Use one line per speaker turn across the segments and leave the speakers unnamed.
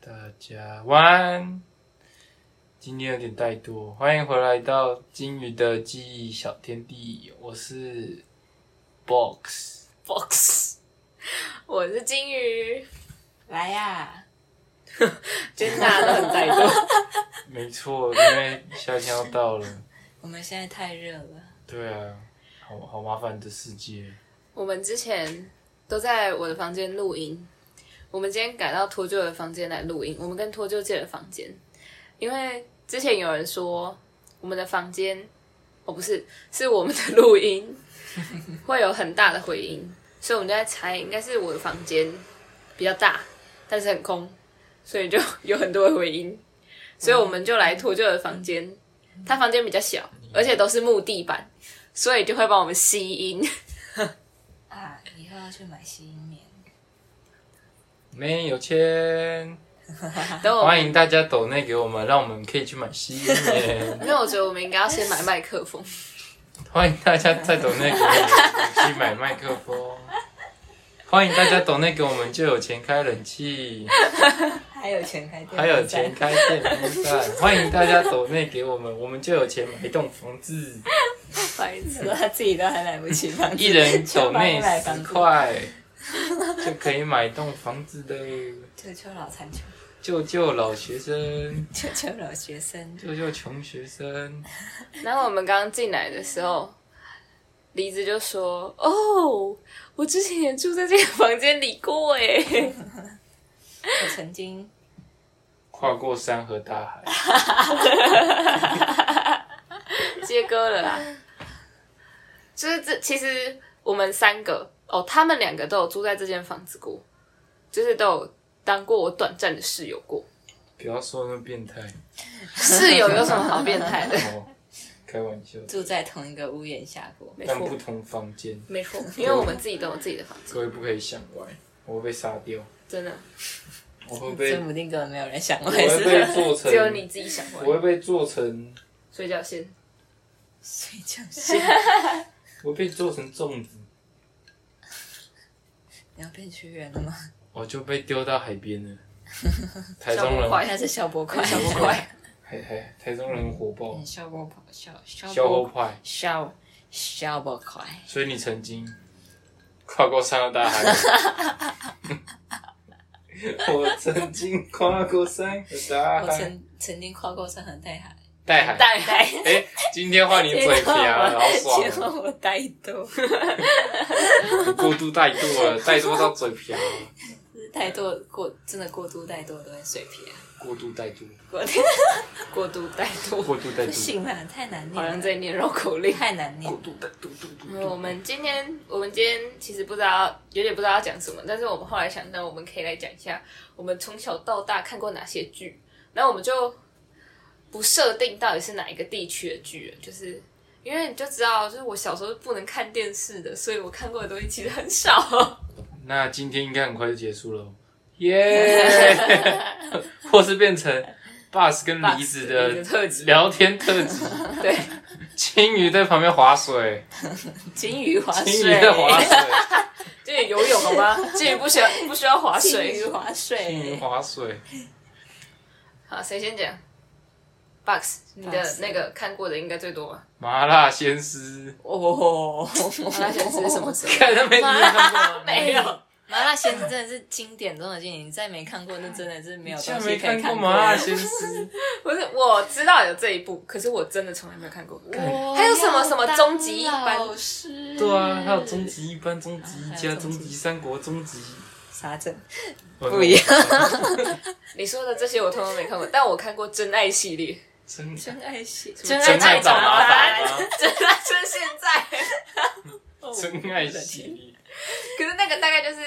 大家晚安。今天有点太多，欢迎回来到金鱼的记忆小天地，我是 Box。
Fox，我是金鱼，
来呀、
今天大家啊都很在意。
没错，因为夏天要到了，
我们现在太热了，
对啊，好好麻烦的世界。
我们之前都在我的房间录音，我们今天改到脱臼的房间来录音，我们跟脱臼借了房间，因为之前有人说我们的房间，哦不是，是我们的录音会有很大的回音，所以我们就在猜，应该是我的房间比较大，但是很空，所以就有很多的回音，所以我们就来脱臼的房间，他房间比较小，而且都是木地板，所以就会帮我们吸音。
啊，以后要去买吸音棉。
没有钱，
等我们
欢迎大家抖内给我们，让我们可以去买吸烟棉。
那我觉得我们应该要先买麦克风，
欢迎大家在抖内给我们去买麦克风。欢迎大家抖内给我们就有钱开冷气，
还有钱开店，
还有钱开电风扇。欢迎大家抖内给我们，我们就有钱买一栋房子，
白痴。
说他自己都还买不起房子，
一 人抖
就帮
内
你买
十
房子，
块就可以买一栋房子的。
救救老 残穷，
救救老学生，
救救老学生，
救救穷学生。
然后我们刚刚进来的时候，梨子就说：“哦，我之前也住在这个房间里过诶。
我曾经
跨过山和大海。”
接歌了啦。就是这，其实我们三个哦，他们两个都有住在这间房子过，就是都有当过我短暂的室友过。
不要说那么变态
室友有什么好变态的？
哦，开玩笑。
住在同一个屋檐下过，
没
但不
错，
同房间，
没 错，因为我们自己都有自己的房子，
各位不可以想歪，我会被杀掉，
真的
我会被
说，不定根本没有人想我
我
也
会
是
被做
只有你
成，
自己想
我
歪
会。被做成，
睡觉先。
睡觉先，
我会被做成粽子，
你要变屈原了 吗？
我就被丢到海边 了。台
小
中
波
人，
快
还
他是消波块，
小波快，
还台中人火爆
嗯，，消波跑，消消
消后
波
派，
消消波块，
所以你曾经跨过山和大海。 我曾经跨过山和大
我
海，
曾曾经跨过山和大海。
带海。
带带
哎，今天换你嘴瓢 了，好爽
结
哦！
果我带多，
过度怠惰了， 怠惰到嘴瓢啊了，
带多过真的过度带多都会水皮啊，
过度怠惰，
过度
过度带多，
过度怠
不
惰，
行啦，太难
好像
念了，
在念绕口令。
太难念
过。度怠惰，度度
我们今天，我们今天其实不知道，有点不知道要讲什么，但是我们后来想到，我们可以来讲一下我们从小到大看过哪些剧，然后我们就不设定到底是哪一个地区的剧了，就是因为你就知道，就是我小时候不能看电视的，所以我看过的东西其实很少。
那今天应该很快就结束了哦，耶！或是变成 Bus 跟梨子
Bus 跟梨
的
子特辑
聊天特辑，
对，
金鱼在旁边划水，
金鱼划水，
金鱼在划水，
这也游泳好吗？这也不需要不需要划
金
水
鱼。划
金鱼
水，
划水，
好，谁先讲？Box，你的
Box
那个看过的应该最多吧？
麻辣鲜师，
哦，
麻辣鲜师是什么？时候？
看他没看过吗？
没有，
麻辣鲜师真的是经典中的经典，你再没看过，那真的是没有
竟
东
然
西
没
可
看
以
过
看
麻辣鲜师。
不是我知道有这一部，可是我真的从来没有看过。还
还
有什么什么终极一班
老师？
对啊，还有终极一班、终极一
还
家、
有
终
终极
极三国、终极
啥整？
不
一样。
你说的这些我通通没看过，但我看过《真爱》系列，
真
真爱系，
真
真爱
爱
找
找
麻
麻
烦
烦
啊，
《真爱》就是现在。
真爱系列。
可是那个大概就是，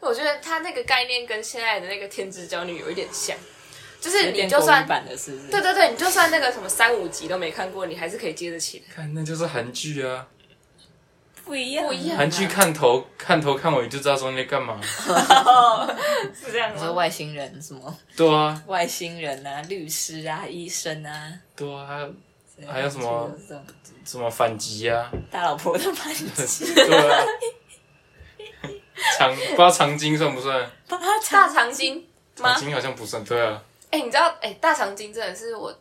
我觉得它那个概念跟现在的那个《天之娇女》有一点像，就是你就算
版的是不是？
对对对，你就算那个什么三五集都没看过，你还是可以接得起来。
看，那就是韩剧啊！
不一样，
不一样
韩剧看头看头看尾就知道中间在干嘛。
是这样
你说？外星人什么
对啊，
外星人啊，律师啊，医生啊，
对啊，还有还有什么
就是这种
什么反击啊？
大老婆的班级
对啊，长不知道长今算不算？
八
大
场
长今，
长青好像不算，对啊，
哎、你知道，哎、大长今真的是我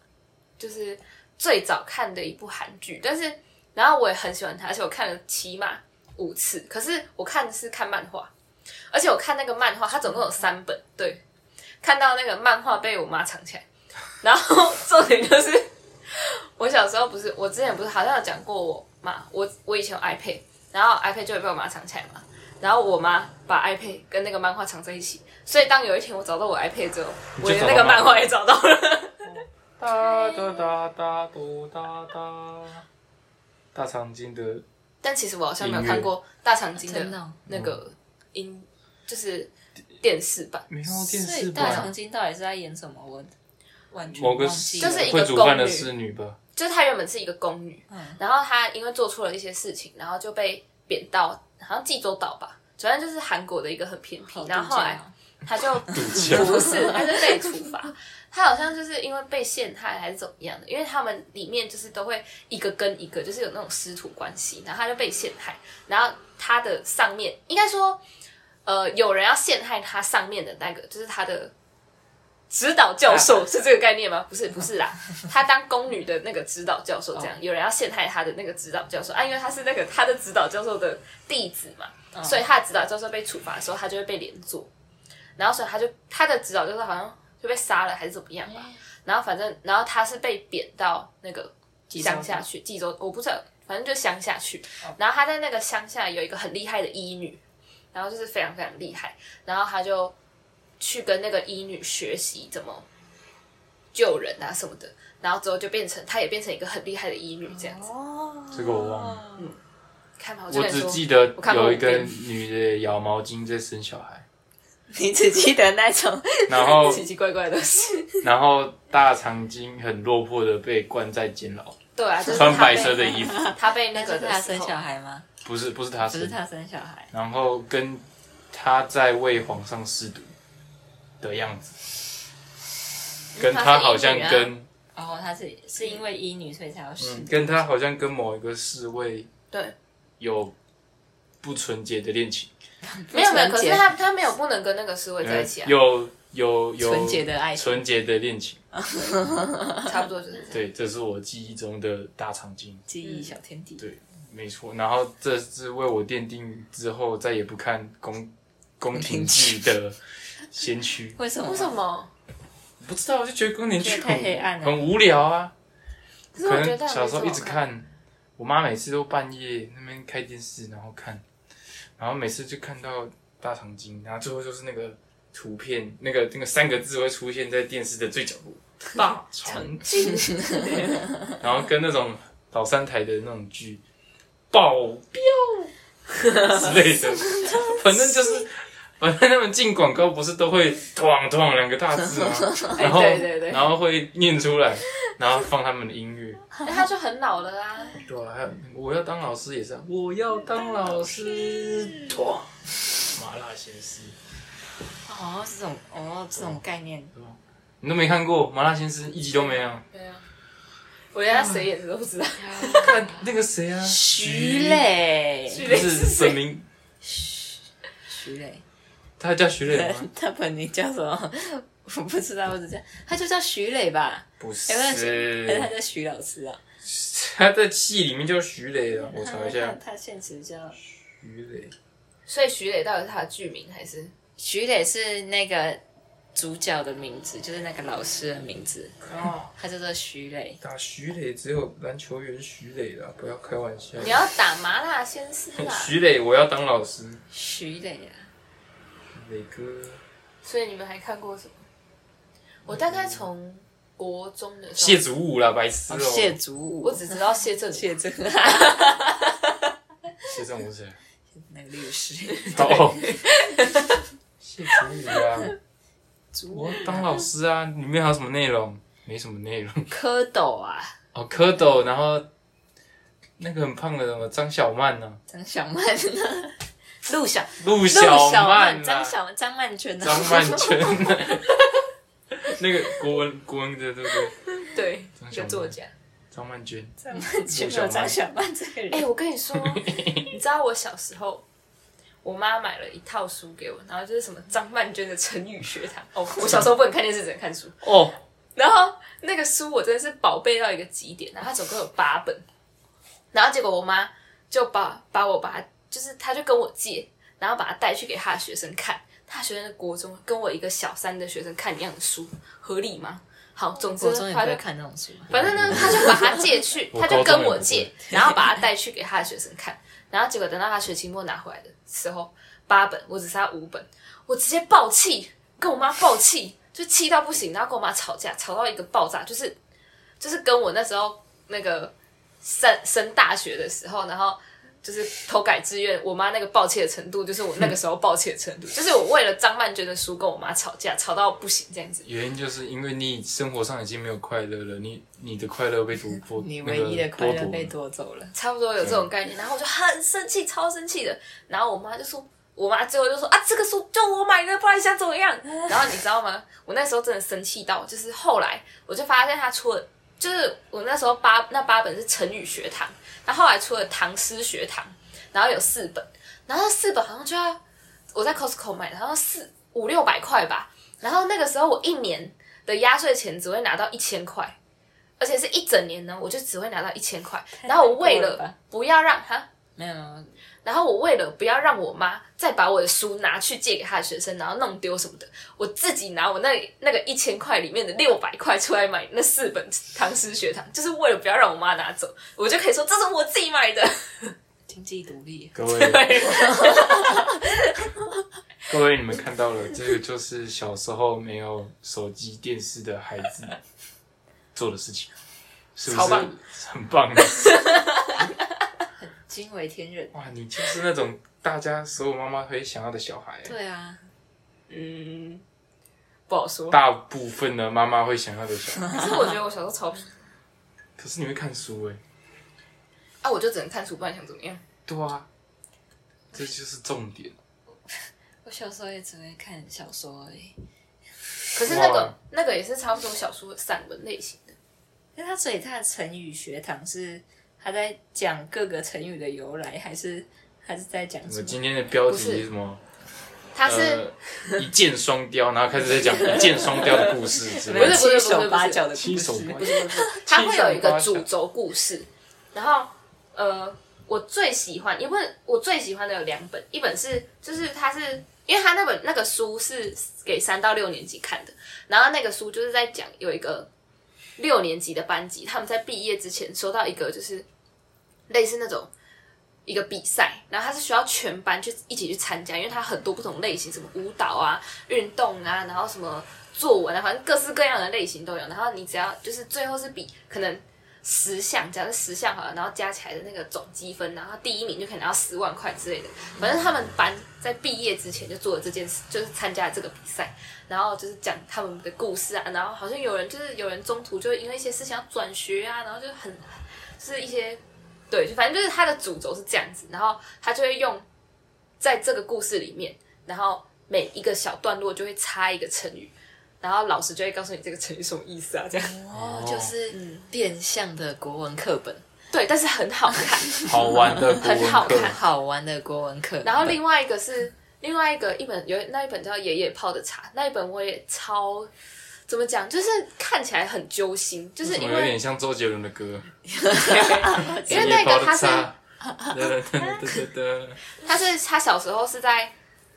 就是最早看的一部韩剧，但是然后我也很喜欢它，而且我看了起码五次。可是我看的是看漫画，而且我看那个漫画，它总共有三本，对，看到那个漫画被我妈藏起来。然后重点就是， 我小时候不是，我之前不是好像有讲过我妈，我我以前有 iPad，然后 iPad 就会被我妈藏起来嘛。然后我妈把 iPad 跟那个漫画藏在一起，所以当有一天我找到我 iPad 之后，
你
我
就
连
找
那
到
个
漫
漫
画
画也找到了。
哒哒哒哒嘟哒哒，大长今的
但其实我好像没有看过大长今
真的
的
哦
那个音，就是电视版，
没看过电
所以
视
大
吧
长？今到底是在演什么？我完全
某个
忘记了
就是一个
会煮饭的
宫女
侍女吧？
就是她原本是一个宫女，
嗯
然后她因为做错了一些事情，然后就被贬到好像济州岛吧，主要就是韩国的一个很偏僻
好。
然后后来
度假哦
她就
假
不是，她是被处罚。她好像就是因为被陷害还是怎么样的，因为他们里面就是都会一个跟一个，就是有那种师徒关系，然后她就被陷害，然后她的上面应该说，呃，有人要陷害她上面的那个，就是她的指导教授是这个概念吗？不是，不是啦，她当宫女的那个指导教授这样，有人要陷害她的那个指导教授啊，因为她是那个她的指导教授的弟子嘛，所以她的指导教授被处罚的时候，她就会被连坐，然后所以她就她的指导教授好像就被杀了还是怎么样吧，然后反正然后她是被贬到那个
州
乡下去，济州我不知道，反正就乡下去，然后她在那个乡下有一个很厉害的医女，然后就是非常非常厉害，然后她就。去跟那个医女学习怎么救人啊什么的，然后之后就变成她也变成一个很厉害的医女这样子。
哦，
这个我忘了，
看吧，我就
我
跟你
只
说，
记得
我看过
有一个
五遍
女的咬毛巾在生小孩，
你只记得那种
然后
奇奇怪怪的东西。
然后大长今很落魄的被关在监牢，
对啊，就是
穿
她
白
被
色的衣服，
她被那
那
个
是
的
他
时
生
候
小孩吗？
不是不是他
不
生
是
的，
他生小孩，
然后跟他在为皇上试毒的样子，跟他好像
她是英
跟、
哦，他是是因为医女所以才要死
嗯，跟他好像跟某一个侍卫
对，
有不纯洁的恋情，
没有没有，
不
可
纯
是
洁
她她没有不能跟那个侍卫在一起啊，
呃有有有
纯洁的爱情
纯洁的恋情。
差不多就是这样。
对，这是我记忆中的大长今，
记忆小天地。
对，没错。然后这是为我奠定之后再也不看宫宫廷剧的先驱。
为 什么？
为什？么？
不知道，我就觉得宫廷剧
觉得太
很
黑暗了
很无聊啊。
可是
可
我觉得
能小
还没啊
时候一直
什么好，
看，我妈每次都半夜那边开电视，然后看，然后每次就看到大长今，然后最后就是那个图片，那个那个三个字会出现在电视的最角落，大长今， 然后跟那种老三台的那种剧，保镖之类 的，反正就是。反正他们进广告不是都会“咣咣”两个大字吗？
哎
然后，
对对对
然后会念出来，然后放他们的音乐。
因为她就很老了啊。
对啊，还有我要当老师也是啊，我要当老师，哇，麻辣鲜师，
哦，这种哦，这种概念，
你都没看过麻辣鲜师一集都没有？
对啊，我连她谁演的都不知道。
看那个谁啊，
徐，磊，
徐
不
磊是
是
谁
本名，
徐磊，
他叫徐磊
他
吗？
他本名叫什么？ 我不知道，我只知道他就叫徐磊吧，
不
有没有哎还是他
是，
叫徐老师啊？
他在戏里面叫徐磊啊，我查一
嗯他
下，
他现实叫
徐磊，
所以徐磊到底是她的剧名还是？
徐磊是那个主角的名字，就是那个老师的名字，
哦，
他叫做徐磊。
打徐磊只有篮球员徐磊啦，不要开玩笑。
你要打麻辣鲜师啦。
徐磊，我要当老师，
徐磊啊，
磊哥。
所以你们还看过什么？我大概从国中的时
谢
候，
祖武啦，白痴哦、
谢祖武，
我只知道谢振武，
谢震，
谢正武是 谁？
那个律师，
哦， 谢楚宇啊，
祖武
我当老师啊，里面还有什么内容？没什么内容。
蝌蚪啊，
哦，蝌蚪，然后那个很胖的什么张小曼呢、
张小曼啊，陆小
啊，陆
陆小
曼
曼，
啊
张，小张曼娟啊，
张曼娟、 那个国文国文的对不对？
对，
张
一
小
个
曼
作家。
张曼娟，
张曼娟
陆小
啊，
曼
张小曼这个
哎、
人，
我跟你说，你知道我小时候，我妈买了一套书给我，然后就是什么张曼娟的《成语学堂》哦，我小时候不能看电视，只能看书。
哦，
然后那个书我真的是宝贝到一个极点，然后它总共有八本，然后结果我妈就把把我把它就是她就跟我借，然后把它带去给她的学生看，她的学生的国中跟我一个小三的学生看一样的书，合理吗？好，总之
国中也不
她就
会看那种书吧？
反正呢，他就把它借去，
我
他就跟
高
我
中也
借
不，
然后把它带去给他的学生看，然后结果等到他学期末拿回来的时候，八本，我只剩下五本，我直接爆气，跟我妈爆气，就气到不行，然后跟我妈吵架，吵到一个爆炸，就是就是跟我那时候那个上升大学的时候，然后。就是偷改志愿，我妈那个抱气的程度，就是我那个时候抱气的程度，就是我为了张曼娟的书跟我妈吵架，吵到不行这样子。
原因就是因为你生活上已经没有快乐了，你你的快乐被夺夺，
你唯一的
那
快乐
个夺
被
夺
夺走了，
差不多有这种概念。然后我就很生气，超生气的。然后我妈就说，我妈最后就说啊，这个书就我买的，不然你想怎么 样？然后你知道吗？我那时候真的生气到，就是后来我就发现他出了，就是我那时候八那八本是成语学堂，然后后来出了唐诗学堂，然后有四本，然后那四本好像就要我在 Costco 买的，然后四五六百块吧。然后那个时候我一年的压岁钱只会拿到一千块，而且是一整年呢，我就只会拿到一千块。然后我为
太难过了
了
吧
不要让哈，
没有
然后我为了不要让我妈再把我的书拿去借给她的学生，然后弄丢什么的，我自己拿我那那个一千块里面的六百块出来买那四本唐诗学堂，就是为了不要让我妈拿走，我就可以说这是我自己买的。
经济独立，
各位各位，你们看到了，这个就是小时候没有手机、电视的孩子 做的事情，是不
超
是
棒
很棒的？
惊为天人。
哇，你就是那种大家所有妈妈会想要的小孩，
对啊，
嗯，不好说。
大部分的妈妈会想要的小孩。
可是我觉得我小时候超皮
可是你会看书哎、
啊，我就只能看书，不然想怎么样？
对啊，这就是重点。
我小时候也只会看小说而已。
可是那
哇
个那个也是差不多小说散文类型的，
那他所以他的成语学堂是他在讲各个成语的由来，还是还是在讲
我
什
们
么？
今天的标题
不是
是什么？
它是、
呃、一箭双雕，然后开始在讲一箭双雕的故事之类
不
的
是。
七手八脚的
七
故
手
事，
八
不是不是，它会有一个主轴故事，然后呃，我最喜欢，因为我最喜欢的有两本，一本是就是它是因为它那本那个书是给三到六年级看的，然后那个书就是在讲有一个六年级的班级，他们在毕业之前收到一个就是类似那种。一个比赛，然后他是需要全班去一起去参加，因为它很多不同类型，什么舞蹈啊、运动啊，然后什么作文啊，反正各式各样的类型都有。然后你只要就是最后是比可能十项，假设十项好了，然后加起来的那个总积分，然后第一名就可能要十万块之类的。反正他们班在毕业之前就做了这件事，就是参加了这个比赛，然后就是讲他们的故事啊，然后好像有人就是有人中途就因为一些事情要转学啊，然后就很就是一些对，就反正就是他的主轴是这样子，然后他就会用在这个故事里面，然后每一个小段落就会插一个成语，然后老师就会告诉你这个成语什么意思啊，这样。
嗯
哦，就是
嗯
变相的国文课本，
对，但是很 好看。
好玩的国文
很好
课，
看
好玩的国文课本。
然后另外一个是另外一个一本有那一本叫《爷爷泡的茶》，那一本我也超怎么讲，就是看起来很揪心，就是
怎
因
么有
为
点像周杰伦的歌？
因为那个他是
噔噔噔噔
他是他小时候是在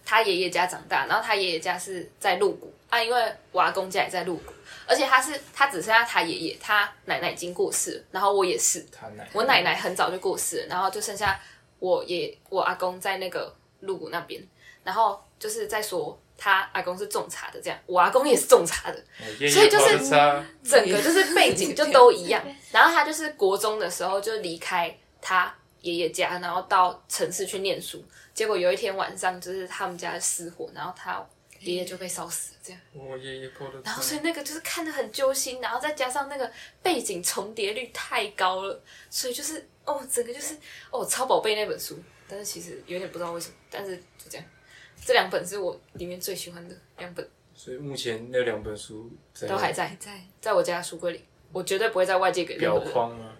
他爷爷家长大，然后他爷爷家是在鹿谷啊，因为我阿公家也在鹿谷，而且他是他只剩下他爷爷，他奶奶已经过世了，然后我也是，
他奶
我奶奶很早就过世了，然后就剩下我爷我阿公在那个鹿谷那边，然后就是在说他阿公是种茶的，这样我阿公也是种茶的，所以就是整个就是背景就都一样。然后他就是国中的时候就离开他爷爷家，然后到城市去念书。结果有一天晚上，就是他们家失火，然后他爷爷就被烧死了，这样。
我爷爷泡的
然后所
茶
以，那个就是看得很揪心，然后再加上那个背景重叠率太高了，所以就是哦，整个就是哦超宝贝那本书，但是其实有点不知道为什么，但是就这样。这两本是我里面最喜欢的两本，
所以目前那两本书在
都还在
在
在我家的书柜里，我绝对不会在外界给任
表
何人。
框啊，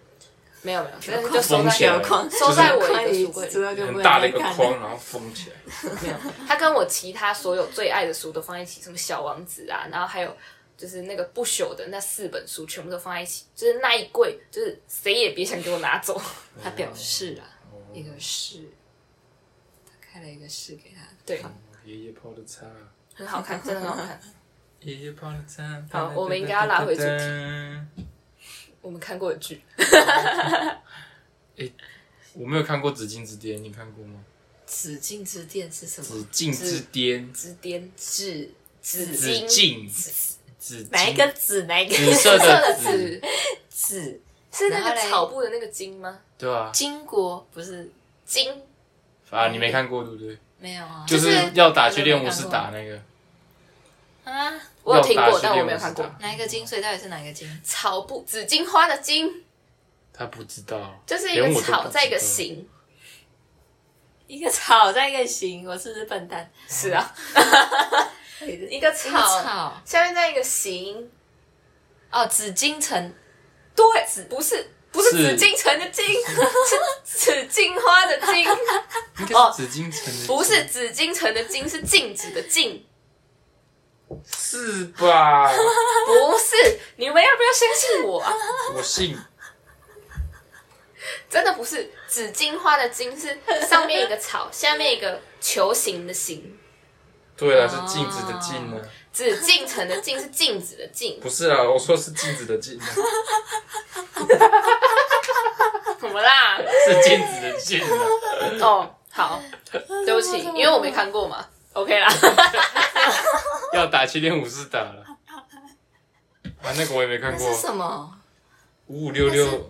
没有没有，但是就收
封起来
在
小框，
收在我一个书柜里
知道就不
很
能
大的
再
一个
看
框，
了。
然后封起来。
没有，它跟我其他所有最爱的书都放在一起，什么《小王子》啊，然后还有就是那个不朽的那四本书，全部都放在一起，就是那一柜，就是谁也别想给我拿走。
他表示啊，
哦
一个是，他开了一个是给他。
对，
爷爷泡的茶，
很好看，真的很好看。
爷爷泡的茶。
好我们应该要拉回主
题。
我们看过的剧，
我没有看过《紫禁之巅》，你看过吗？
紫禁之巅是什
《
么
紫？禁之巅》
《之巅》
紫
紫
紫
紫禁，紫禁
哪一个紫？哪一个
紫色
紫色
的
的紫
紫？
是那
然后
个
嘞
草布的那个金吗？
对啊，
巾帼不是
金
啊，你没看过对不对？
没有啊？
就是要打去练武士打那个，
啊，
我有听
要打
过，
去
但我
练
没有
武士
看过
打。
哪一个金？所以到底是哪一个金？
草布紫荆花的荆，
他不知道，
就是一
连
个
我都不
草在一个
知道，
形，
一个草在一个形，我是不是笨蛋？
是啊，
一
一个
哎个
草
草
下面再一个形，
哦，紫禁城
对，不是不是
是
紫禁城的禁， 是紫荆花的 禁，
应该是紫禁城的，
哦不是紫禁城的禁，是禁止的禁，
是吧？
不是。你们要不要相信我啊？
我信，
真的不是紫荆花的荆，是上面一个草，下面一个球形的形。
对啊，是镜子的镜
哦
啊，
紫禁城的禁是禁止的禁，
不是啊，我说是镜子的镜啊，
怎么啦？
是镜子的镜啊，
哦，好，对不起，因为我没看过嘛。OK 啦，
要打去练武士打了。啊，那个我也没看
那
过
是，什么？
五五六六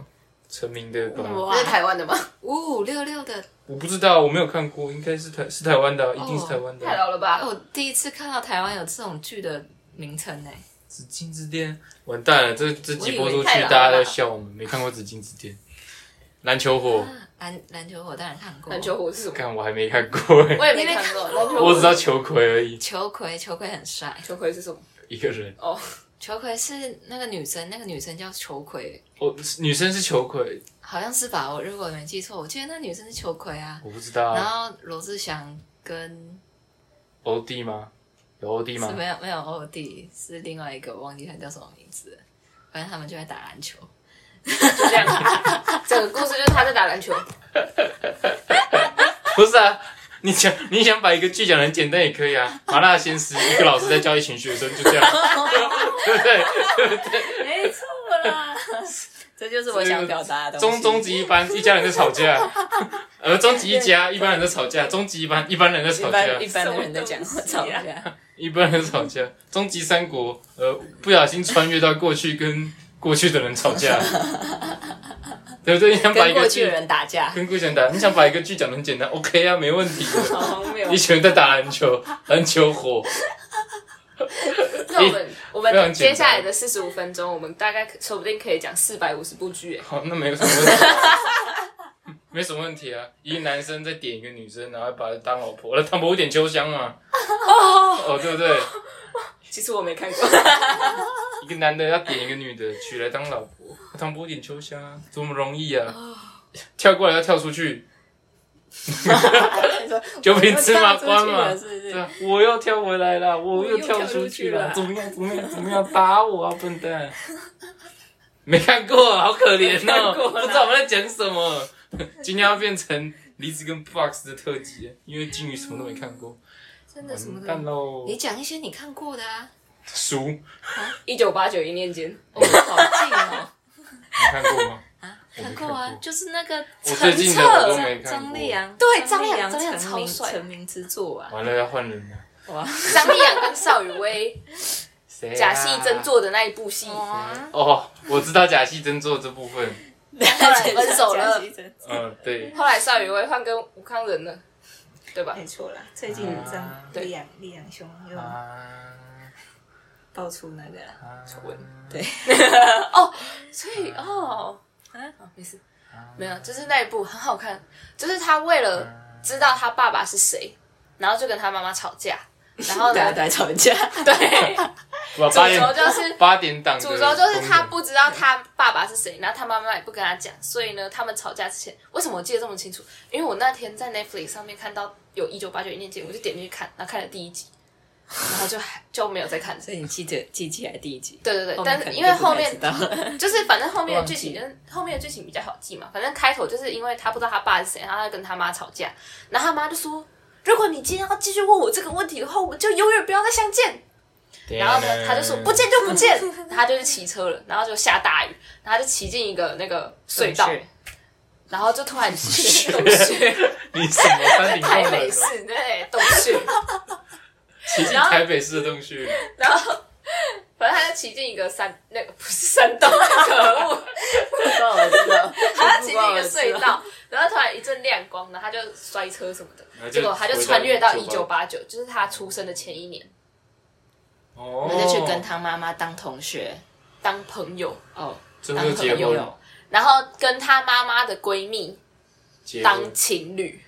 成名的吧？
这是台湾的吗？
五五六六的，
我不知道，我没有看过，应该是台是台湾的啊，一定是台湾的
太
啊。
老了吧？
哦我第一次看到台湾有这种剧的名称呢。
紫禁之巅，完蛋了！这这集播出
我以为
去
太，老
大
了
家都笑我们没看过紫禁之巅。篮球火，
啊篮篮球我当然看过，
篮球壶是什么？
看我还没看过哎、
我也没看过。篮球
我
壶
只知道球魁而已，
球魁，球魁很帅。
球魁是什么？
一个人。
哦，
球魁是那个女生，那个女生叫球魁，
我女生是球魁，
好像是吧？我如果没记错，我记得那女生是球魁啊。
我不知道
然
啊。
后罗志祥跟
欧弟吗？有欧弟
是
吗？
没有没有欧弟，是另外一个，我忘记他叫什么名字了。反正他们就在打篮球。
就这样。整个故事就是他在打篮球。
不是啊，你想你想把一个剧讲得很简单也可以啊。麻辣鲜师一个老师在教一群学生，就这样， 对不对？
没错啦，这就是我想表达的东西
中中级一班一家人在吵 架，呃，中级一家一般人在吵架，中级一班一般人在
一
吵架
般一，般的人在讲
什么
话
东西
吵
啊
架，
一般人吵架，终极三国，呃，不小心穿越到过去跟 过去的人吵 架，对不对？你想把
跟
一个
过去
剧
的人打架。
跟顾想打，你想把一个剧讲得很简单，OK 啊，没问题的。
好荒谬
一群人在打篮球，篮球火，
那我们我
非常
们
简单
接下来的四十五分钟，我们大概可说不定可以讲四百五十部剧。哎
好，那没有什么问题、啊，没什么问题啊。一个男生再点一个女生，然后把她当老婆，那唐伯虎点秋香嘛，哦，对不对？
其实我没 看过。
一个男的要点一个女的娶来当老婆，唐伯虎点秋香啊，多么容易啊！
哦
跳过来要跳出 去，九品芝麻官嘛
我跳出去了，是不
对
是？
啊，我又跳回来了，我
又
又跳出去
跳出去
了
了，
怎么样？怎么样？怎么样？打我啊，笨蛋！没看过，好可怜
没看
哦，
过啦
不知道我们在讲什么。今天要变成梨子跟 Box 的特辑，因为金鱼什么都没看过，
真的什么
完
都
蛋。喽
你！讲一些你看过的啊，
熟，你
一九八九一念间，
哦，好近哦，
看过吗？我没
看
看
过啊，就是那个
我最
陈
近的我都
澈、
没看过
张丽阳，
对
张丽
张丽阳张丽阳
成名
超帅
成名之作 啊，
完了要换人了，
哇，
张丽阳跟邵雨薇
谁啊
假戏真做的那一部戏，
哦，我知道假戏真做这部分，
后来分手了，
嗯，对，
后来邵雨薇换跟吴康仁了，对吧？
没错啦，最
近张
对
丽阳丽阳兄又
啊，
爆出那个
丑
闻
对
所以哦，嗯，好没事，没有，就是那一部很好看，就是他为了知道他爸爸是谁，然后就跟他妈妈吵架，然后呢
大家都，在吵架，
对，
哇，
主
八点
轴就是
八点档的
主
功
轴
能，
就是他不知道他爸爸是谁，然后他妈妈也不跟他讲，所以呢，他们吵架之前，为什么我记得这么清楚？因为我那天在 Netflix 上面看到有一九八九一念经，我就点进去看，然后看了第一集，然后就就没有再看。
所以你记得记起来第一集。
对对对，
后面
但
可
是
能
因为
就不太
后面
知道了
就是反正后面的剧情，
忘记
就是后面的剧情比较好记嘛。反正开头就是因为他不知道他爸是谁，然后他跟他妈吵架，然后他妈就说：“如果你今天要继续问我这个问题的话，我们就永远不要再相见。”然后呢，他就说不见就不见， 他就是骑车了，然后就下大雨，然后就骑进一个那个 隧道，
是
然后就突然去
雪
洞 穴，
你什么山顶
台
洞
北
人
市
哦？
对洞穴，
骑进台北市的洞穴，
然后反正他就骑进一个山，那个不是山洞， 可恶，
不关我啊知 道，
他
他
骑进一个隧，道， 然后突然一阵亮光，然后他就摔车什么的，
然后
结果他就穿越到一九
1989
八九，就是他出生的前一年，
哦
我，啊就去跟他妈妈当同学
当朋友，
哦，
最后就结
当朋
婚
友，
然后跟他妈妈的闺蜜
结
当
婚，
情侣，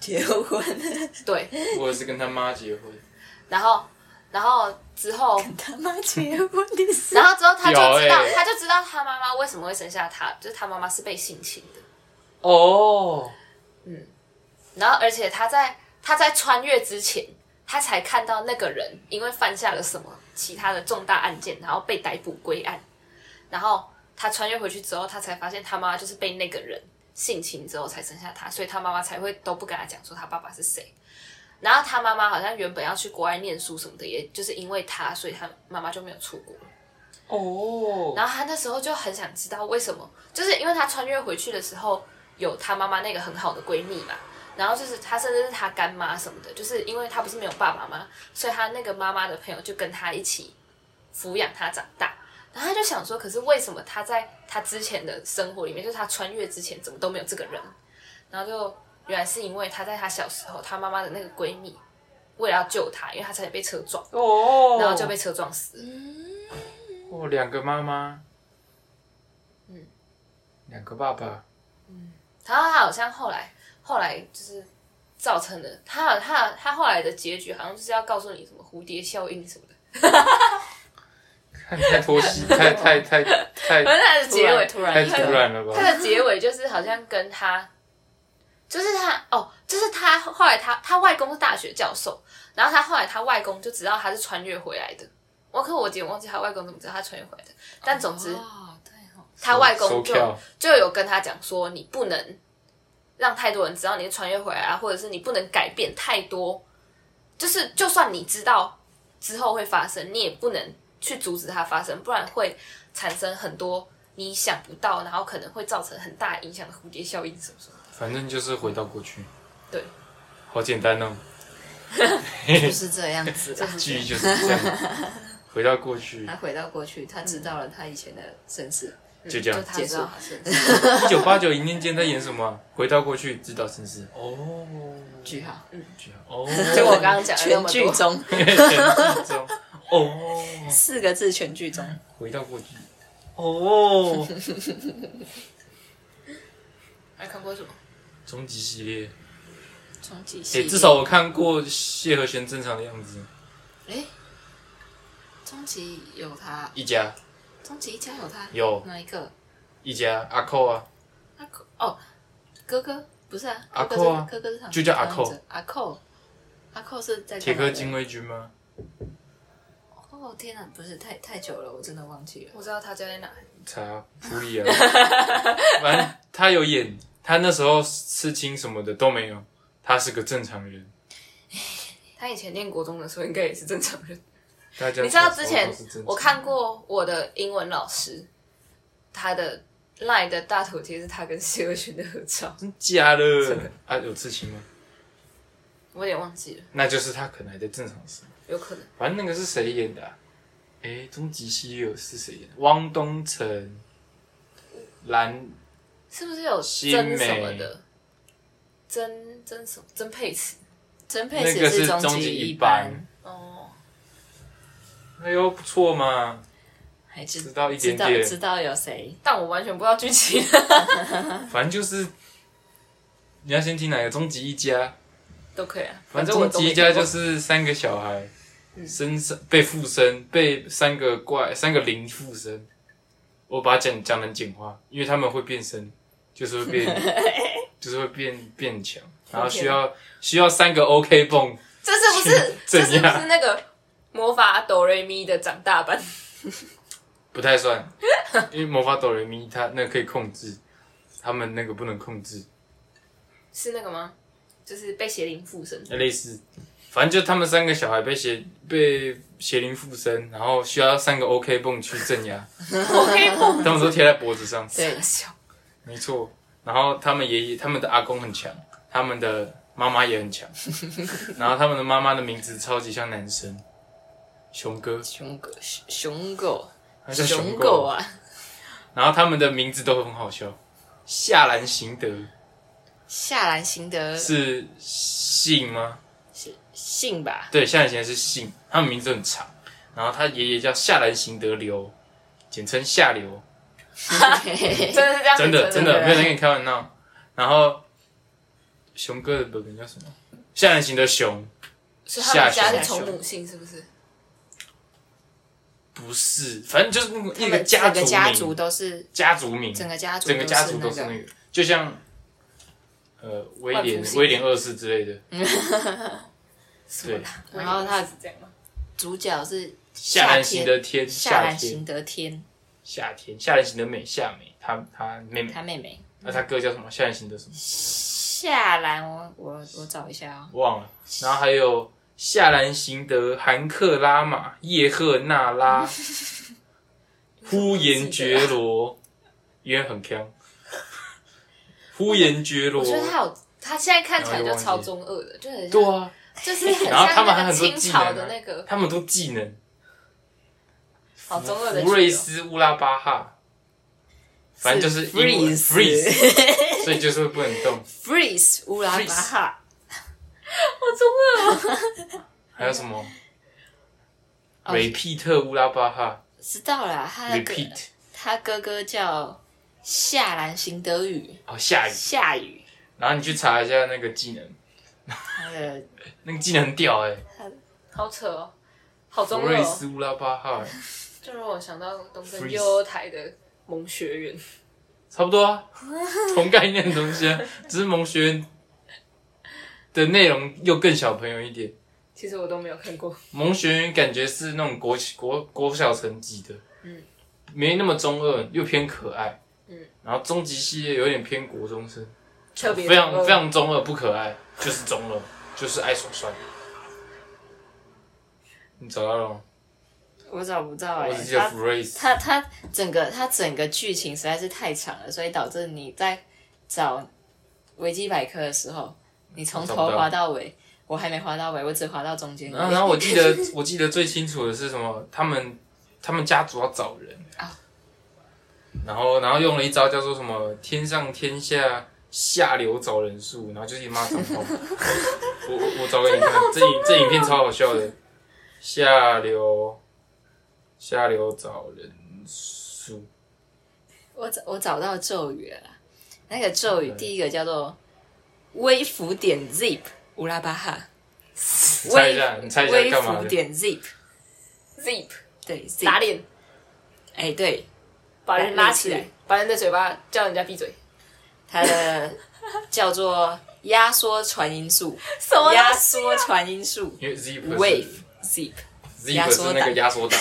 结婚，
对，
我也是跟他妈结婚，
然后然后之后。
他妈结婚的事。
然后之后他就知道，
屌欸
他就知道他妈妈为什么会生下他，就是他妈妈是被性侵的。
哦，
然后而且他在他在穿越之前，他才看到那个人因为犯下了什么其他的重大案件，然后被逮捕归案。然后他穿越回去之后，他才发现他妈妈就是被那个人性侵之后才生下他，所以他妈妈才会都不跟他讲说他爸爸是谁。然后他妈妈好像原本要去国外念书什么的，也就是因为他，所以他妈妈就没有出国。
哦，
然后他那时候就很想知道为什么，就是因为他穿越回去的时候有他妈妈那个很好的闺蜜嘛，然后就是他甚至是他干妈什么的，就是因为他不是没有爸爸嘛，所以他那个妈妈的朋友就跟他一起抚养他长大。然后他就想说，可是为什么他在他之前的生活里面，就是他穿越之前怎么都没有这个人？然后就原来是因为他在他小时候，他妈妈的那个闺蜜为了要救他，因为他差点被车撞，
哦，
然后就被车撞死了。
哦两个妈妈，嗯，两个爸爸，
然后他好像后来后来就是造成了他好他他后来的结局好像就是要告诉你什么蝴蝶效应什么的，
看太拖戏，太太太太
反正他的结尾
突
太
然一
突
个
然了吧？
他的结尾就是好像跟他，就是他哦，就是他后来他他外公是大学教授，然后他后来他外公就知道他是穿越回来的，我可我有点忘记他外公怎么知道他穿越回来的，但总之
哦，对哦，
他外
收
公就
票
就有跟他讲说，你不能让太多人知道你是穿越回来啊，或者是你不能改变太多，就是就算你知道之后会发生，你也不能去阻止它发生，不然会产生很多你想不到，然后可能会造成很大影响的蝴蝶效应什么什么的。
反正就是回到过去，
对，
好简单哦，
就是这样子
啊
啦。
记忆就是这样，回到过去
他，回到过去，他知道了他以前的身世，
就这样
就。他知道他是
一九八九一念间在演什么啊？回到过去，知道真是哦，
句号。
句号哦，
就我刚刚讲的那
全
么
剧
多，
终，
全 剧终哦，
四个字全剧终。
回到过去哦，
还哎看过什么？
终极系 列，
终极系
诶，
列
至少我看过谢和弦正常的样子，
哎，终极有他，
一家
终极一家有他，
有
哪一个？
一家阿寇啊，
阿寇哦，哥哥不是啊，
阿
哥
寇啊
哥是哥哥是他
就叫阿寇，
阿寇，阿寇是在
铁
干嘛
克
的
精卫军吗？
哦天哪，不是太太久了，我真的忘记了。
我知道他家在哪，
查普里啊，反正他有演，他那时候刺青什么的都没有，他是个正常人。
他以前念国中的时候应该也是正常人。
大家
你知
小
道
时
之
候
前
都是正常
我看过我的英文老师，他的 LINE 的大头贴是他跟谢和弦的合照，
真假的啊？有刺青吗？
我有点忘记了，
那就是他可能还在正常时。
有可能
反正那个是谁演的、啊？诶，终极系列是谁演的？汪东城、蓝
是不是有
新
真
美
什么的，真真什么真佩慈
真佩
那
慈
个是
终
终
极
极一
班
班，，
哦，
哎呦不错嘛，
还知
知道一点点
知道知道有谁？
但我完全不知道剧情，
反正就是你要先听哪个终极一家，
都可以啊，
反
反
正
正我
终
都
极
没
一家
看过
就是三个小孩，身上被附身，被三个怪三个灵附身。我把它讲讲成简化，因为他们会变身，就是会 变，就是会变变强，然后需
哦
要需要三个 OK 泵，
这是 不是
怎
这
样
是不是那个魔法哆瑞咪的长大版？
不太算，因为魔法哆来咪它那个可以控制，他们那个不能控制，
是那个吗？就是被邪灵附身，
类似，反正就他们三个小孩被邪被邪灵附身，然后需要三个 OK 泵去镇 压，
我可以梦
他们都贴在脖子上，
对，
小
没错。然后他们爷爷、他们的阿公很强，他们的妈妈也很 强。然后他们的妈妈的名字超级像男生，熊哥，
熊狗，熊狗，
他叫
熊
狗
狗。啊，
然后他们的名字都很好笑，夏兰行德
夏兰行德
是姓吗？
信吧？
对，夏兰行德是姓，他们名字很长。然后他爷爷叫夏兰行德流，简称夏流。
真的是这样子，
真的真的
的
没有人跟你开玩笑。然后熊哥的本名叫什么？夏兰行的熊
所以他们
下
家
熊
是从母姓，是不是？
不是，反正就是那个 一
他
个
们整个家
族
族
名，
都是
家族名，
整个家族
整个家族都
都
是
是
那
那个
个，就像呃威
万福
廉
星
威廉二世之类 的。对，
然后他
是这样吗？
主角是
夏兰行的天，
夏
夏
兰
天，
行德天，
夏天，夏兰行的美，夏美，她她妹妹，
他妹妹
那她哥叫什么？夏兰行的什么？
夏兰，我我我找一下哦，
忘了。然后还有夏兰行德、韩克拉玛、叶赫那拉、 呼延
啊
觉罗，因为很 强。呼延觉罗
我，觉得他有，他现在看起来
然后
就
就
超
忘记
中二的，就很
对
像，
啊，
就是很
然后他
像
们还
那个
很多
清
技能啊
朝的那个
他们都技能。
好中二的
福瑞
剧哦。
斯乌拉巴哈，反正就是英文
freeze
freeze，所 以就是不能动。
freeze 乌拉巴哈，
还有什么
哦
瑞皮特乌拉巴哈
知道了，他的哥
，repeat
他哥哥叫夏兰行德语
哦下雨，
夏雨，
然后你去查一下那个技能，
他的
那个技能很屌哎，
好扯哦，好中
福
二
瑞
哦，
斯乌拉巴哈欸，
就让我想到东森
Freeze
幼儿台的萌学园。
差不多啊， 同概念的东西啊，只是萌学园的内容又更小朋友一点。
其实我都没有看过，
萌学园感觉是那种国国国小层级的，
嗯
没那么中二，又偏可爱，
嗯
然后终极系列有点偏国中生，
特别
非常
中二
非常中二，不可爱，就是中二，就是爱耍帅。你找到了吗？
我找不到哎、
我只记得
他
f r a s e
他他整个他整个剧情实在是太长了，所以导致你在找维基百科的时候，你从
找
头
不到
滑到尾，我还没滑到尾，我只滑到中间
啊然后，然后我记得我记得最清楚的是什么？他们他们家族要找人
啊
然后然后用了一招叫做什么“天上天下下流找人术”，然后就是一骂脏话。我我我找给你看，这影这影片超好笑的，下流下流找人术，
我找我找到咒语了啦，那个咒语
对
第一个叫做微浮点 zip 乌拉巴哈，
你猜一下，你猜一下
微
干嘛
浮
的？
点 zip，
zip
对
打
zip，
脸，
哎、对，
把人拉起
打
来
脸，
把人的嘴巴叫人家闭嘴，
它的 叫做压缩传音术，
什么
压缩传音术
因为 zip 是
wave zip
zip
压缩
是那个
档
压缩档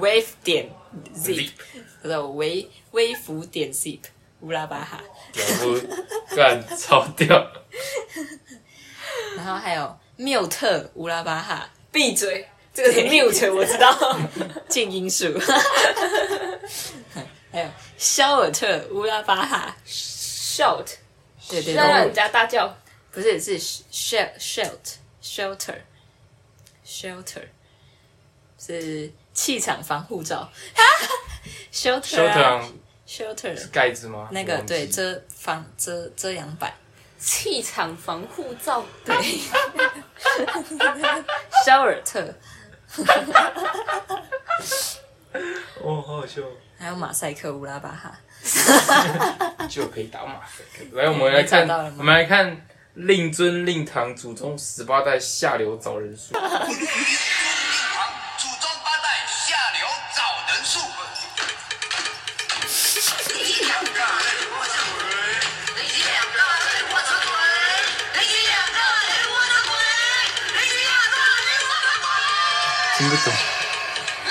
wave 点 zip，
zip，
叫做微微浮点 zip 乌拉巴哈，
屌不干超屌。
然后还有缪特乌拉巴哈
闭嘴，这个是 mute，我知道。
静 音术， 还有肖尔特乌拉巴哈。
shout，
对对
让
对
人，家大叫。
不是是 shel shelt shelter shelter 是气场防护罩
修
shelter
特
啊
朗
shelter
盖子吗？
那
我
个
忘记
对遮防遮遮阳板
气场防护罩，
对，肖尔 特
哦，好好笑，
还有马赛克乌拉巴哈，
就可以打马赛克。来，我们来看
你找到了吗，
我们来看令尊令堂祖宗十八代下流找人数，
堂祖宗八代下流找人数。你两个人我就滚，你两个人我就滚，你两个人我就滚，你两个人我就滚。
听不懂，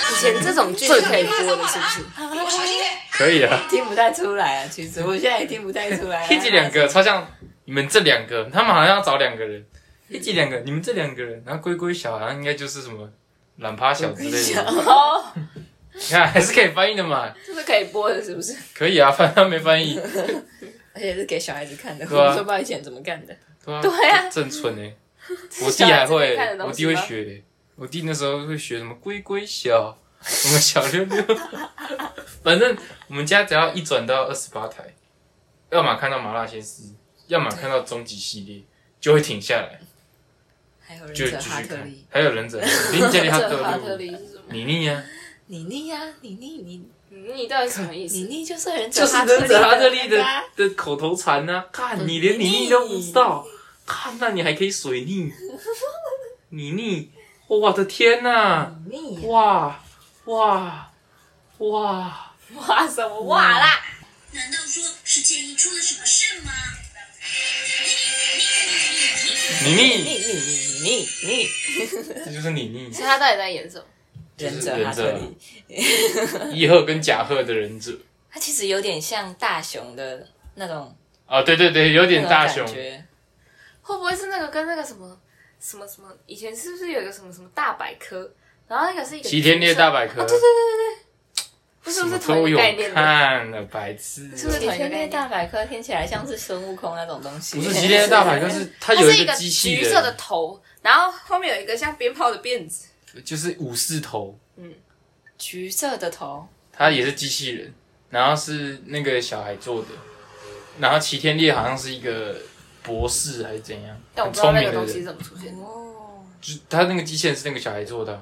以前这种剧是可以播的，是不是？
可以啊。
听不太出来啊，其实我现在也听不太出来、啊。
一集 两个，超像你们这两个，他们好像要找两个人，一集两个，你们这两个人，然后龟龟小好像应该就是什么懒趴小之类的，
哦，
你看还是可以翻译的嘛，
这 是可以播的，是不是？
可以啊，反正他没翻译，
而且是给小孩子看的，
对啊
我都不知道以前怎么看的。
对啊，
对啊
正春哎、 我弟还
小孩子可
会
以看的，东西吗
我弟会学、欸，我弟那时候会学什么龟龟小，什么小六 六，反正我们家只要一转到二十八台，要么看到麻辣鲜师，要么看到终极系列，就会停下来，
还有忍
就
者
继
哈
续
特
看
利，。
还有忍者， 林 杰里哈
这哈特
特利，
利是什么？
你腻啊，
你腻呀、啊，你腻你
嗯你到底什么意
你
思？
腻就是忍者
就是
哈特利
忍者哈特利的
那个啊
的口头禅呐、啊，看你连你腻都不知道，看那你还可以水 逆，你腻，我的天呐、
你腻呀、
哇哇哇！
哇什么哇啦？
嗯
难道说是建议出了什么事吗？
你腻，
你腻你腻你腻你腻，
这就是你腻。
所以他到底在演什么？
忍者哈特利，
伊贺跟甲贺的忍者
它其实有点像大雄的那种
啊，对对对，有点大
那
熊
种感，觉，
会不会是那个跟那个什么什么什么？以前是不是有一个什么什么大百科？然后那个是一个
齐天烈大百科，
啊，对对对对对，不是
什
不
么
是同
都
一
有
个概念的，
看了，白痴。
是不是
齐天烈大百科听起来像是孙悟空那种东西。
不是齐天烈大百科，是它
它
有
哦是
一
一个
机器
橘色的头，然后后面有一个像鞭炮的辫子，
就是武士头，
橘色的头，
它也是机器人，然后是那个小孩做的，然后齐天烈好像是一个博士还是怎样，
但
很
我不知道
聪
那
明
个
的
东西
人。
怎么出现的。
哦，
就是他那个机器人是那个小孩做的啊、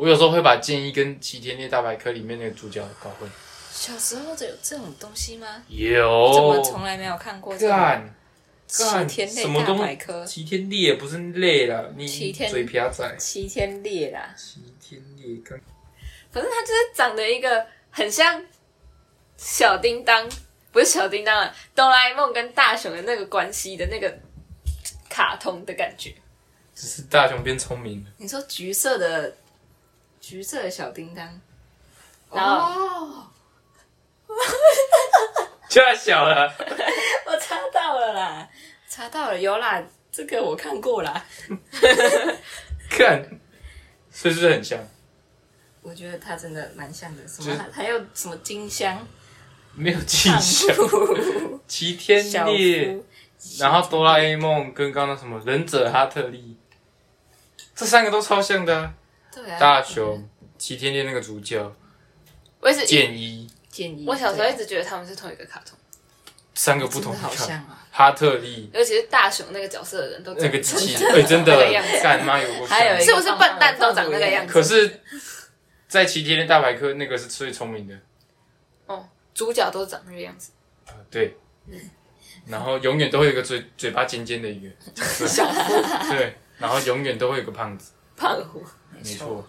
我有时候会把建议跟《齐天烈大百科》里面那个主角搞混。
小时候有这种东西吗？
有，
怎么从来没有看过这种
干
齐
干
天
什
烈
么
大
东
百科？
齐天烈不是累了，你
齐天
嘴瓢仔。
齐天烈啦，
齐天烈刚
反正他就是长得一个很像小叮当，不是小叮当啊，哆啦 A 梦跟大雄的那个关系的那个卡通的感觉。
只是大雄变聪明了，
你说橘色的橘色的小叮当，
然后
哦，
太小了。
我查到了啦，查到了，有啦，这个我看过啦。
看，所以是不是很像？
我觉得它真的蛮像的，什
就是
么还有什么金香、
没有迹象。齐天
小
烈
夫，，
然后哆啦 A 梦跟刚刚那什么忍者哈特利，这三个都超像的啊、
对啊，
大雄、齐天烈那个主角
我一直
剑一，
建议。
我小时候
对啊
一直觉得他们是同一个卡通，
三个不同
真的好
看，
像嗯啊，
哈特利
尤其是大雄那个角色的人都长
那
得
个机器人，哎，真的
那个样子
干妈有过像。
还有一个
是不是笨蛋都长那个样子
可是，在齐天烈大百科那个是最聪明的，
哦，主角都长那个样子。
啊对。
嗯
然后永远都会有一个嘴嘴巴尖尖的一个 角色，对，然后永远都会有个胖子，
胖虎，
没错。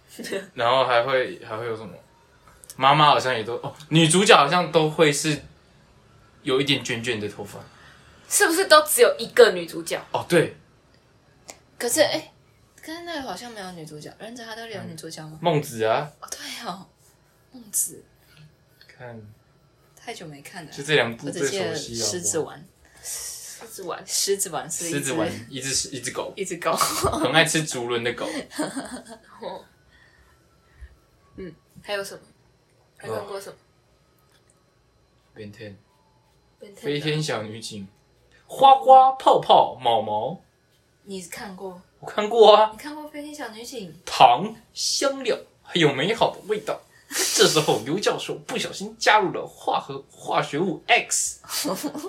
然后还会还会有什么？妈妈好像也都哦，女主角好像都会是有一点卷卷的头发。
是不是都只有一个女主角？
哦，对，
可是哎，可是那个好像没有女主角，忍者哈特利有女主角吗？
孟子啊，
哦，对哦，孟子
看，
太久没看了，
就这两部
我
最
只记
熟
得
悉了。
狮子丸，
狮子丸，
狮子丸是一
狮子
只哦
丸，一只一只 狗，
一只狗，
很爱吃竹轮 的狗。
哦，嗯，还有什么？还看过什么？
变天，
变态的
飞天小女警，花花泡泡毛毛，
你看过？
我看过啊。
你看过《飞天小女警》？
糖香料，还有美好的味道。
这时候，刘教授不小心加入了化合化学物 X。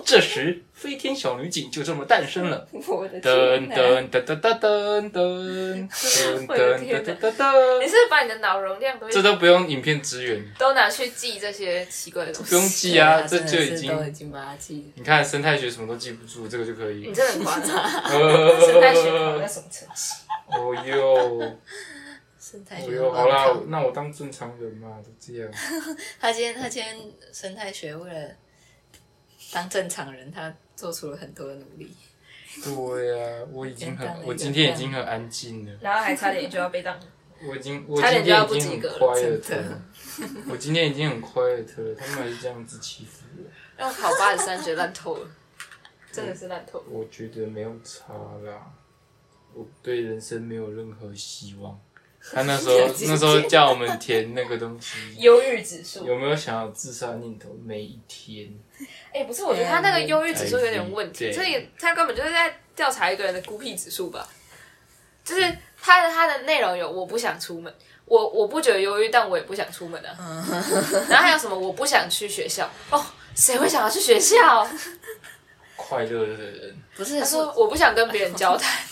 这时，飞天小女警就这么诞生了。
我的
噔
天哪！
噔噔噔噔噔噔噔噔
我的
噔
天
噔
哪
噔噔，
你是不是把你的脑容量都
哦这都不用影片支援，
都拿去记这些奇怪的 东
不
西？
用记啊，这
真的
就是已经
都已经把它记了。
你看生态学什么都记不住，这个就可以
你。真的很 夸张，
生
生态学考在什么成绩？
哦 哟，
生态
哦
学
哟，
很
好啦
棒，，
那我当正常人嘛，都这样。
他今天他今天生态学为了当正常人，他做出了很多的努力。
对呀、我已经
简单
很，
了
我今天已经很安静了，
然后还差点就要被当。
我已经，我
差
今
点就要
天
不
已经很
及格了
quiet
真的
了， 我今天已经很 quiet 了，他们还是这样子欺负我。
让我考八十三，觉得烂透了， 真的是烂透了。
我觉得没有差啦，我对人生没有任何希望。他那时候那时候叫我们填那个东 西，
忧郁指数，
有没有想要自杀念头？每一天，
哎、不是，我觉得他那个忧郁指数有点问
对
题，所以他根本就是在调查一个人的孤僻指数吧。就是他的他的内容有我不想出门，我我不觉得忧郁，但我也不想出门啊。然后还有什么我不想去学校哦，谁会想要去学校？
快乐的人，
不是
他
说
说 我不想跟别人交 谈，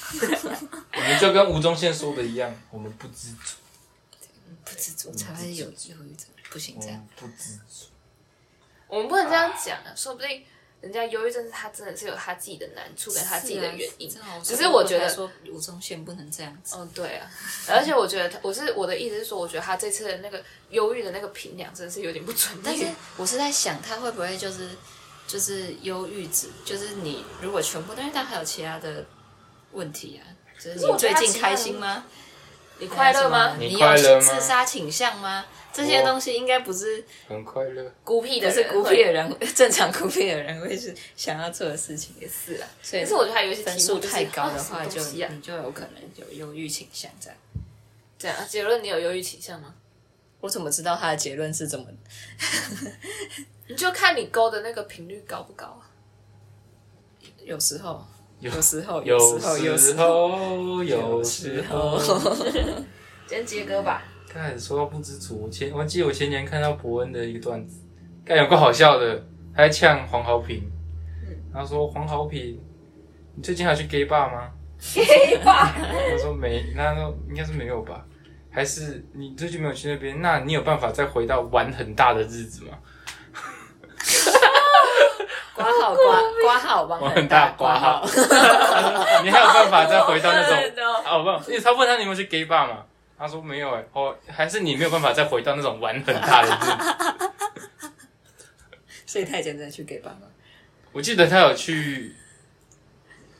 我们就跟吴宗宪说的一样，我们不知足，
不知足才会有忧郁症，不行
我
这样
们。不知足。
我们不能这样讲啊，说不定人家忧郁症是他真的是有他自己的难处跟他自己的原因。
是啊
只是我觉得
才说吴宗宪不能这样子，
嗯，对啊，而且我觉得他，我是我的意思是说，我觉得他这次的那个忧郁的那个评量真的是有点不准，
但是我是在想，他会不会就是就是忧郁症，就是你如果全部，但是他还有其他的问题啊，就是
是我觉
你最
得他
近
其他的
开心吗？
你快乐吗？
你
你
有
快乐吗
自杀倾向吗？这些东西应该不是
很快乐，
孤僻的
不是
人
孤僻的人， 正常孤僻的人会是想要做的事情，也是
啊。
所以
但是我觉得还有一些
分
题目
数
就是
太高的
啊
话，
什
就
么
嗯
东西啊
你就有可能有忧郁倾向这样。
这样结啊论，你有忧郁倾向吗？
我怎么知道他的结论是怎么？
你就看你勾的那个频率高不高啊？
有时候，
有
有时候，
有
时候，有
时
时 候，
候，有时候。
今天杰哥吧，
刚开始说到不知足，我前我记得我前年看到伯恩的一个段子，干有个好笑的，他在呛黄豪平，他说黄豪平，你最近还去 gay bar 吗？gay bar，他说没，那他说应该是没有吧，还是你最近没有去那边？那你有办法再回到玩很大的日子吗？
刮好刮刮好吧，
玩很大
刮
挂号
好。，
你还有办法再回 到那种
真的哦
啊？我问，因为他问他你有没有去 gay bar 嘛，他说没有哎、哦，还是你没有办法再回到那种玩很大的日子。
所以太简单去给爸妈。
我记得他有去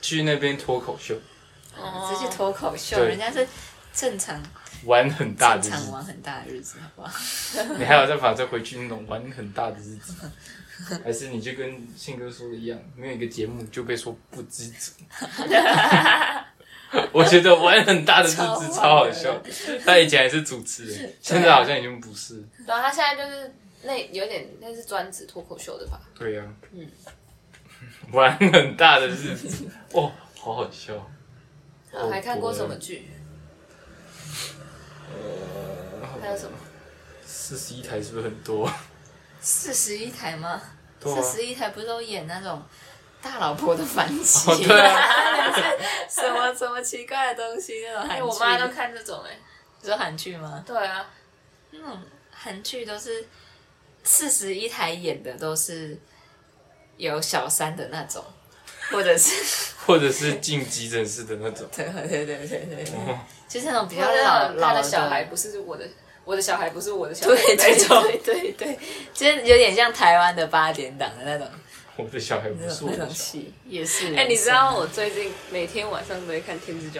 去那边脱口秀，
直接脱口秀，
对
人家是正常
玩很大的
正
日
常
子，
玩很大的日子，好不好？
你还有办法再回去那种玩很大的日子，还是你就跟信哥说的一样，没有一个节目就被说不知足。我觉得玩很大的日子超好笑，他以前还是主持人，现在好像已经不是。
然啊后他现在就是那有点那是专职脱口秀的吧？
对呀、 玩很大的日子，哦，好好笑。
哦
然后还看过什么剧？还有什么？
四十一台是不是很多？
四十一台吗？
对
四
啊
十一台不是都演那种大老婆的反击？
哦对啊
什么什么奇怪的东西那种韩
哎、
剧？
我妈都看这种哎、
你说韩剧吗？
对啊，
那种韩剧都是四十一台演的，都是有小三的那种，或 者是。
或者是进急诊室的那种
对对对对对对，
哦
就是那种比较
他的
老
他
老
的小孩不是我的，我的小孩不是我的 小孩，
对对对对对，就是有点像台湾的八点档的那种
我的小孩不
那
是
种
我
那
的
种
小
戏，也是。
哎、你知道我最近每天晚上都会看《天之骄女》，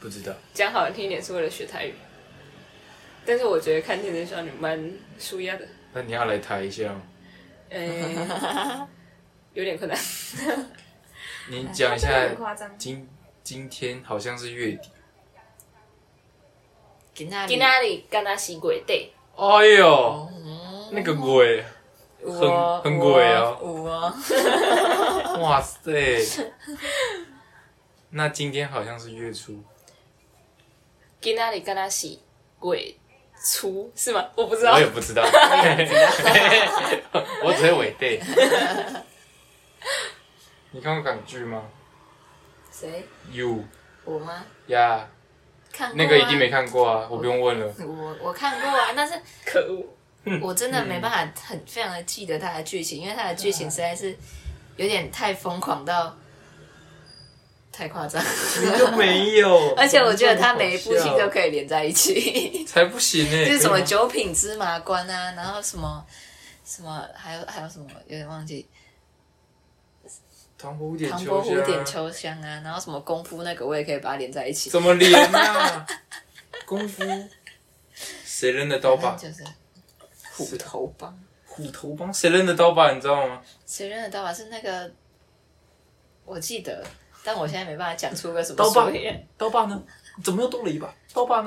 不知道。
讲好听一点是为了学台语，但是我觉得看《天之骄女》蛮舒压的，
那你要来抬一下吗，
哎、 有点困难。
你讲一下
张。
今今天好像是月底。
给 那
今
里
仔日干那是鬼 day，
哎呦，那个鬼，
很
很贵哦
五哦，
哇 塞！那今天好像是月初，
今仔日干那是鬼粗是吗？我
啊
不知道
我也。不 知道，我只会尾对。你看过港剧吗
谁？
？You
我吗？
呀、
看过、啊、
那个一定没看过啊，我不用 问了。
我我看过啊，但是
可恶！
嗯
我真的没办法很非常的记得它的剧情，因为它的剧情实在是有点太疯狂到太夸张，
就没有。
而且我觉得它每一部戏都可以连在一起，
才不行呢、欸！
就是什
可
么
以吗
九品芝麻官啊，然后什么什么，还有还有什么有点忘记，
唐伯虎点
唐伯
秋
虎
香，
点秋香啊，然后什么功夫那个我也可以把它连在一起，
怎么连啊？功夫， 谁扔的刀把？
就是虎头帮。
虎头帮谁扔的刀把？你知道吗？
谁认得刀把是那个，我记得，但我现在没办法讲出个什么
刀把
所以然，
刀把呢？怎么又多了一把？刀把呢？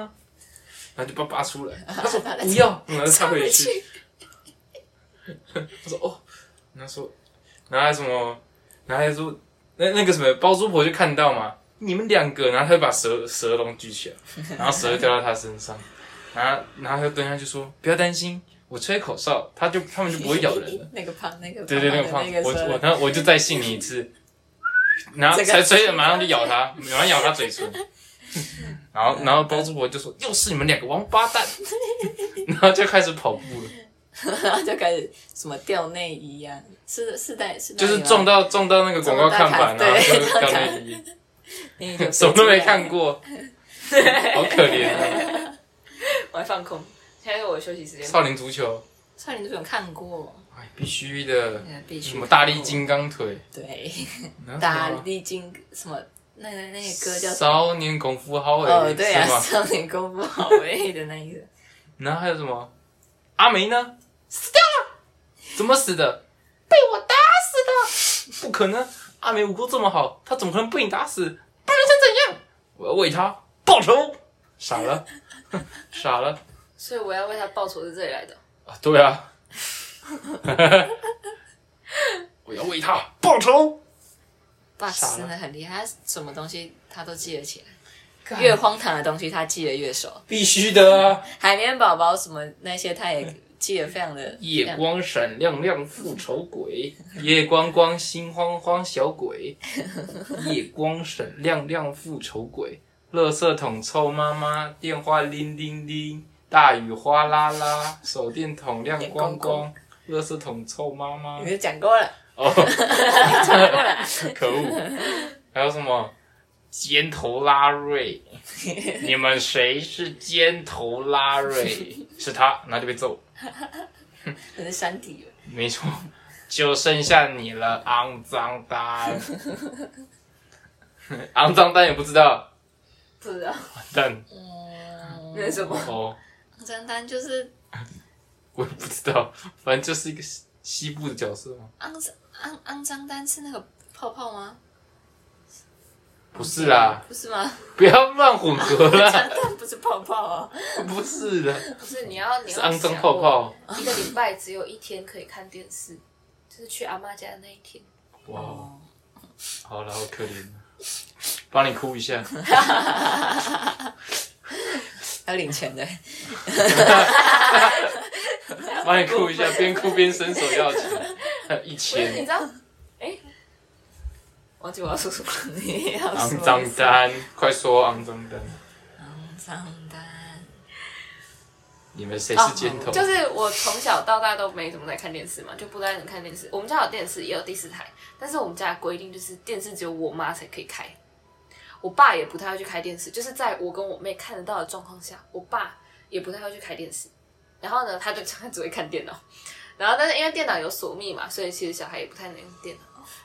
然后就把拔出来，他说
把它
不要，然后插
插
回
回
去
去。
他说哦，
然后说，然后还什么，然后还说，那那个什么包租婆就看到嘛，你们两个，然后他就把蛇蛇笼举 起来，然后蛇掉到他身上，然后然后他就蹲下去说，不要担心，我吹口哨，他就他们就不会咬 人了。
那个胖那个胖
对对，那
那
个胖子，我
蛇
我那我就再信你一次，然后
这个
才吹了，马上就咬他，马上咬他嘴 唇，然后然后包租婆就说，又是你们两个王八 蛋，然后就开始跑步了。
然后就开始什么掉内衣啊，是是在是那
就
里吗
是撞到撞到那个广告看板，
撞到
然后
大
就
卡
掉
对
内衣，
内衣就飞
什么都没
进来
看，过，好可怜啊！
我还放空。现在是我的休息时间。
少林足球，
少林足球看过，
哎，必须的，
那个必须
什么大力金刚腿，
看过对，
然后
大
什么
力金什么那个那个歌叫什么？
少年功夫好
哦
伟，
对啊，
是吗？
少年功夫好威的那 一个，
然后还有什么？阿梅呢？死掉了，怎么死的？被我打死的！不可能，阿梅武功这么好，她怎么可能被你打死？不然想怎样？我要为她报仇！傻了， 傻了。
所以我要为他报仇是这里来的。
啊，对 啊，我要为他报仇。
爸
傻了
真的很厉害，他什么东西他都记得起来，越荒唐的东西他记得越熟。
必须的啊！
海绵宝宝什么那些他也记得非常的
夜光闪亮亮，复仇鬼；夜光光，心慌慌，小鬼。夜光闪亮亮，复仇鬼。垃圾桶臭妈妈，电话铃铃铃，大雨哗啦啦，手电筒亮光光，垃圾桶臭妈妈
你。就讲过了，
哦，可恶！还有什么尖头拉瑞？你们谁是尖头拉瑞？是他，然后就被揍。
可是山底了。
没错，就剩下你了，肮脏蛋。 肮脏蛋也不知道，
不知道
完蛋
那什么，
哦，
张丹就是
我也不知道，反正就是一个西西部的角色嘛。
肮脏肮肮脏丹是那个泡泡吗？
不是啦，
不是吗？
不要乱混合啦，
但不是泡泡啊，
不是的，
不是你 要你
是
要
肮脏
想
泡
我
泡。
一个礼拜只有一天可以看电视，就是去阿妈家的那一天。
哇，好了，好可怜啊，帮你哭一 下，
要领钱的。
帮你哭一 下，边哭边伸手要钱， 还有一
不是你
千
知， 道哎
忘记我要说什么了，你要说
肮脏单，快说肮脏单，
肮脏丹，
你们谁是尖头？
哦就是我从小到大都没怎么在看电视嘛，就不太能看电视。我们家有电视，也有第四台，但是我们家的规定就是电视只有我妈才可以开，我爸也不太会去开电视。就是在我跟我妹看得到的状况下，我爸也不太会去开电视。然后呢，他就他只会看电脑。然后，但是因为电脑有锁密嘛，所以其实小孩也不太能用电脑。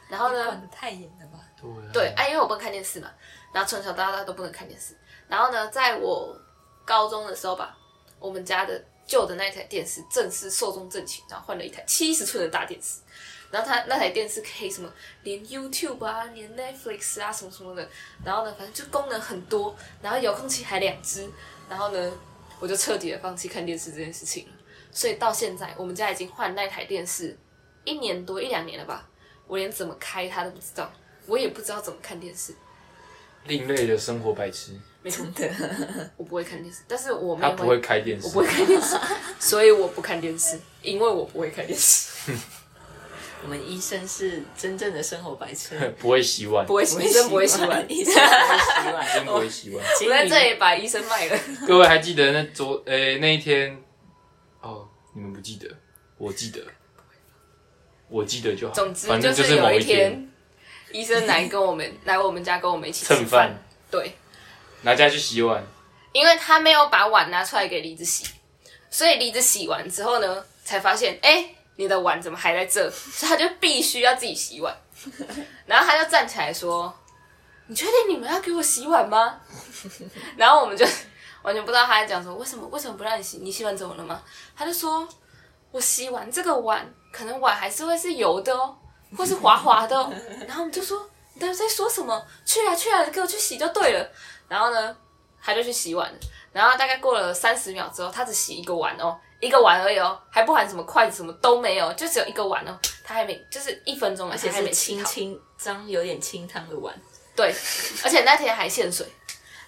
然后呢，
管的太严了吧？
对啊
对，哎、因为我不能看电视嘛，然后从小到大都不能看电视。然后呢，在我高中的时候吧，我们家的旧的那台电视正式寿终正寝，然后换了一台七十寸的大电视。然后它那台电视可以什么，连 YouTube 啊，连 Netflix 啊，什么什么的。然后呢，反正就功能很多，然后遥控器还两只。然后呢，我就彻底的放弃看电视这件事情了。所以到现在，我们家已经换那台电视一年多一两年了吧，我连怎么开它都不知道。我也不知道怎么看电视。
另类的生活白痴，
没错，
真的。
我不会看电视，但是我妹
他不会开电视
我，不会看电视，所以我不看电视，因为我不会看电视，
我们医生是真正的生活白痴，
不会洗碗，
不会洗，真不会洗碗。
医生不会洗
真
碗。
不会洗碗。
我在这里把医生卖了，
各位还记得那昨诶、那一天？哦，你们不记得，我记得，我记得就好。
总之
反正就
就是
某
有一
天
天，医生来跟我们来我们家跟我们一起吃
蹭饭，
对，
拿家去洗碗，
因为他没有把碗拿出来给梨子洗，所以梨子洗完之后呢，才发现，哎、你的碗怎么还在这？所以他就必须要自己洗碗。然后他就站起来说：“你确定你们要给我洗碗吗？” 然后我们就完全不知道他在讲什么，为什么为什么不让你洗？你洗碗怎么了吗？他就说：“我洗完这个碗，可能碗还是会是油的哦，或是滑滑的、哦。”然后我们就说：“你到底在说什么？去啊去啊，给我去洗就对了。”然后呢，他就去洗碗了。然后大概过了三十秒之后，他只洗一个碗哦，一个碗而已哦，还不含什么筷子什么都没有，就只有一个碗哦。他还没，就是一分钟而
而且
他还
是
没洗
清
好。
清脏，有点清汤的碗，
对，而且那天还限水。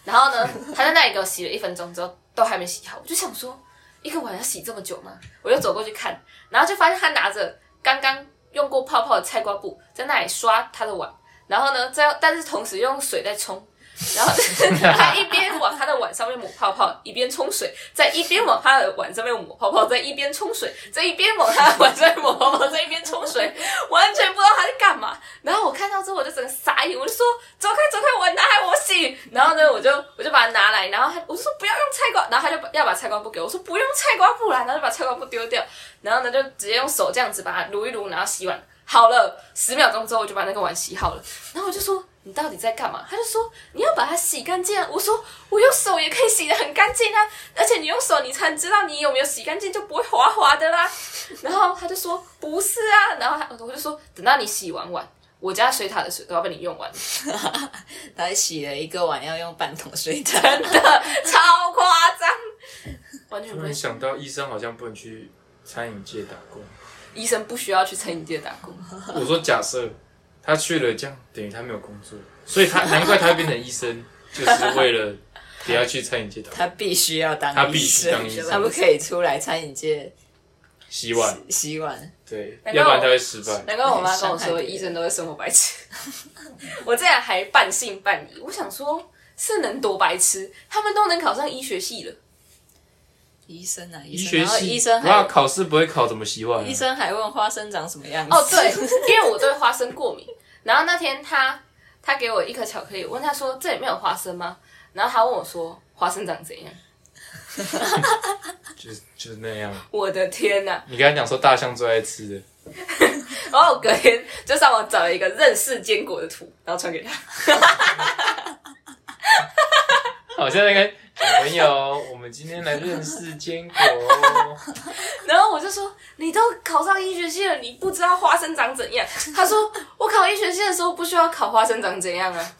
然后呢，他在那里给我洗了一分钟之后，都还没洗好，我就想说，一个碗要洗这么久吗？我就走过去看，然后就发现他拿着刚刚用过泡泡的菜瓜布在那里刷他的碗，然后呢，再但是同时用水在冲。然后 他一边往他的碗上面抹泡泡，一边冲水，再一边往他的碗上面抹泡泡，再一边冲水，再一边往他的碗上面抹泡泡，再一边冲水， 完全不知道他在干嘛。然后我看到之后，我就整个傻眼，我就说：“走开，走开，我拿来我洗。”然后呢，我就我就把它拿来，然后他我就说不要用菜瓜，然后他就把要把菜瓜布给我，我说不用菜瓜布啦，然后就把菜瓜布丢掉，然后呢就直接用手这样子把它撸一撸，然后洗碗。好了，十秒钟之后我就把那个碗洗好了，然后我就说你到底在干嘛？他就说你要把它洗干净啊。我说我用手也可以洗得很干净啊，而且你用手你才知道你有没有洗干净，就不会滑滑的啦。然后他就说不是啊，然后他我就说等到你洗完碗，我家水塔的水都要被你用完，
他洗了一个碗要用半桶水汤，
真的超夸张，完全
突
不
然
会。
想到医生好像不能去餐饮界打工。
医生不需要去餐饮界打工，
我说假设他去了，这样等于他没有工作，所以他难怪他会变成医生，就是为了不要去餐饮界打 工
他必须要当
他必
医
须
生，
当医生
他不可以出来餐饮界
洗碗，
洗碗。
对，
难怪
要不然
我
他会失败。
难怪我妈跟我
伤害
说
别人
医生都是生活白痴。 我这样还半信半疑，我想说，是能多白痴？他们都能考上医学系了，
医生啊，医
医
生，
学
然后
系，
医生
哇，
还
考试不会考怎么洗碗啊？
医生还问花生长什么样子。
哦，对， 因为我对花生过敏。然后那天他他给我一颗巧克力，我问他说这里面有花生吗？然后他问我说花生长怎样？
就是就是那样。
我的天呐、
你刚才讲说大象最爱吃的，
然后我隔天就上网找了一个认识坚果的图，然后传给他。
好，现在跟小朋友，我们今天来认识坚果。
然后我就说：“你都考上医学系了，你不知道花生长怎样？”他说：“我考医学系的时候不需要考花生长怎样啊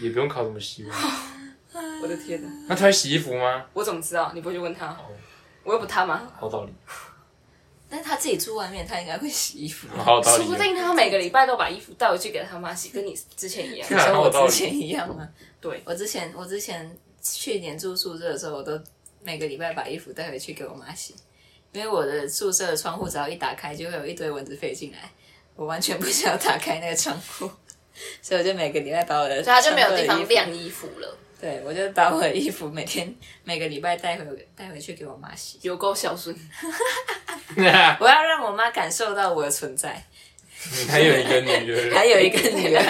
也不用考怎么洗碗。！”
我的天哪！
那他会洗衣服吗？
我怎么知道？你不会去问
哦
他？我又不他妈，
好 道理，
但他自己住外面，他应该会洗衣 服，
好道理
说
啊
不。定他每个礼拜都把衣服带回去给他妈洗，跟你之前 一样。
对啊
跟
好有
我
道理
之前一样啊。
对，
我之前我之前去年住宿舍的时候，我都每个礼拜把衣服带回去给我妈洗，因为我的宿舍的窗户只要一打开，就会有一堆蚊子飞进来，我完全不想要打开那个窗户， 所以我就每个礼拜把我的
所以他就没有
上
地方
课的衣服
晾衣服了，
对，我就把我的衣服每天 每个礼拜带回带回去给我妈洗，
有够孝顺。
我要让我妈感受到我的存在，
你还有一个女儿，
还有一个女儿，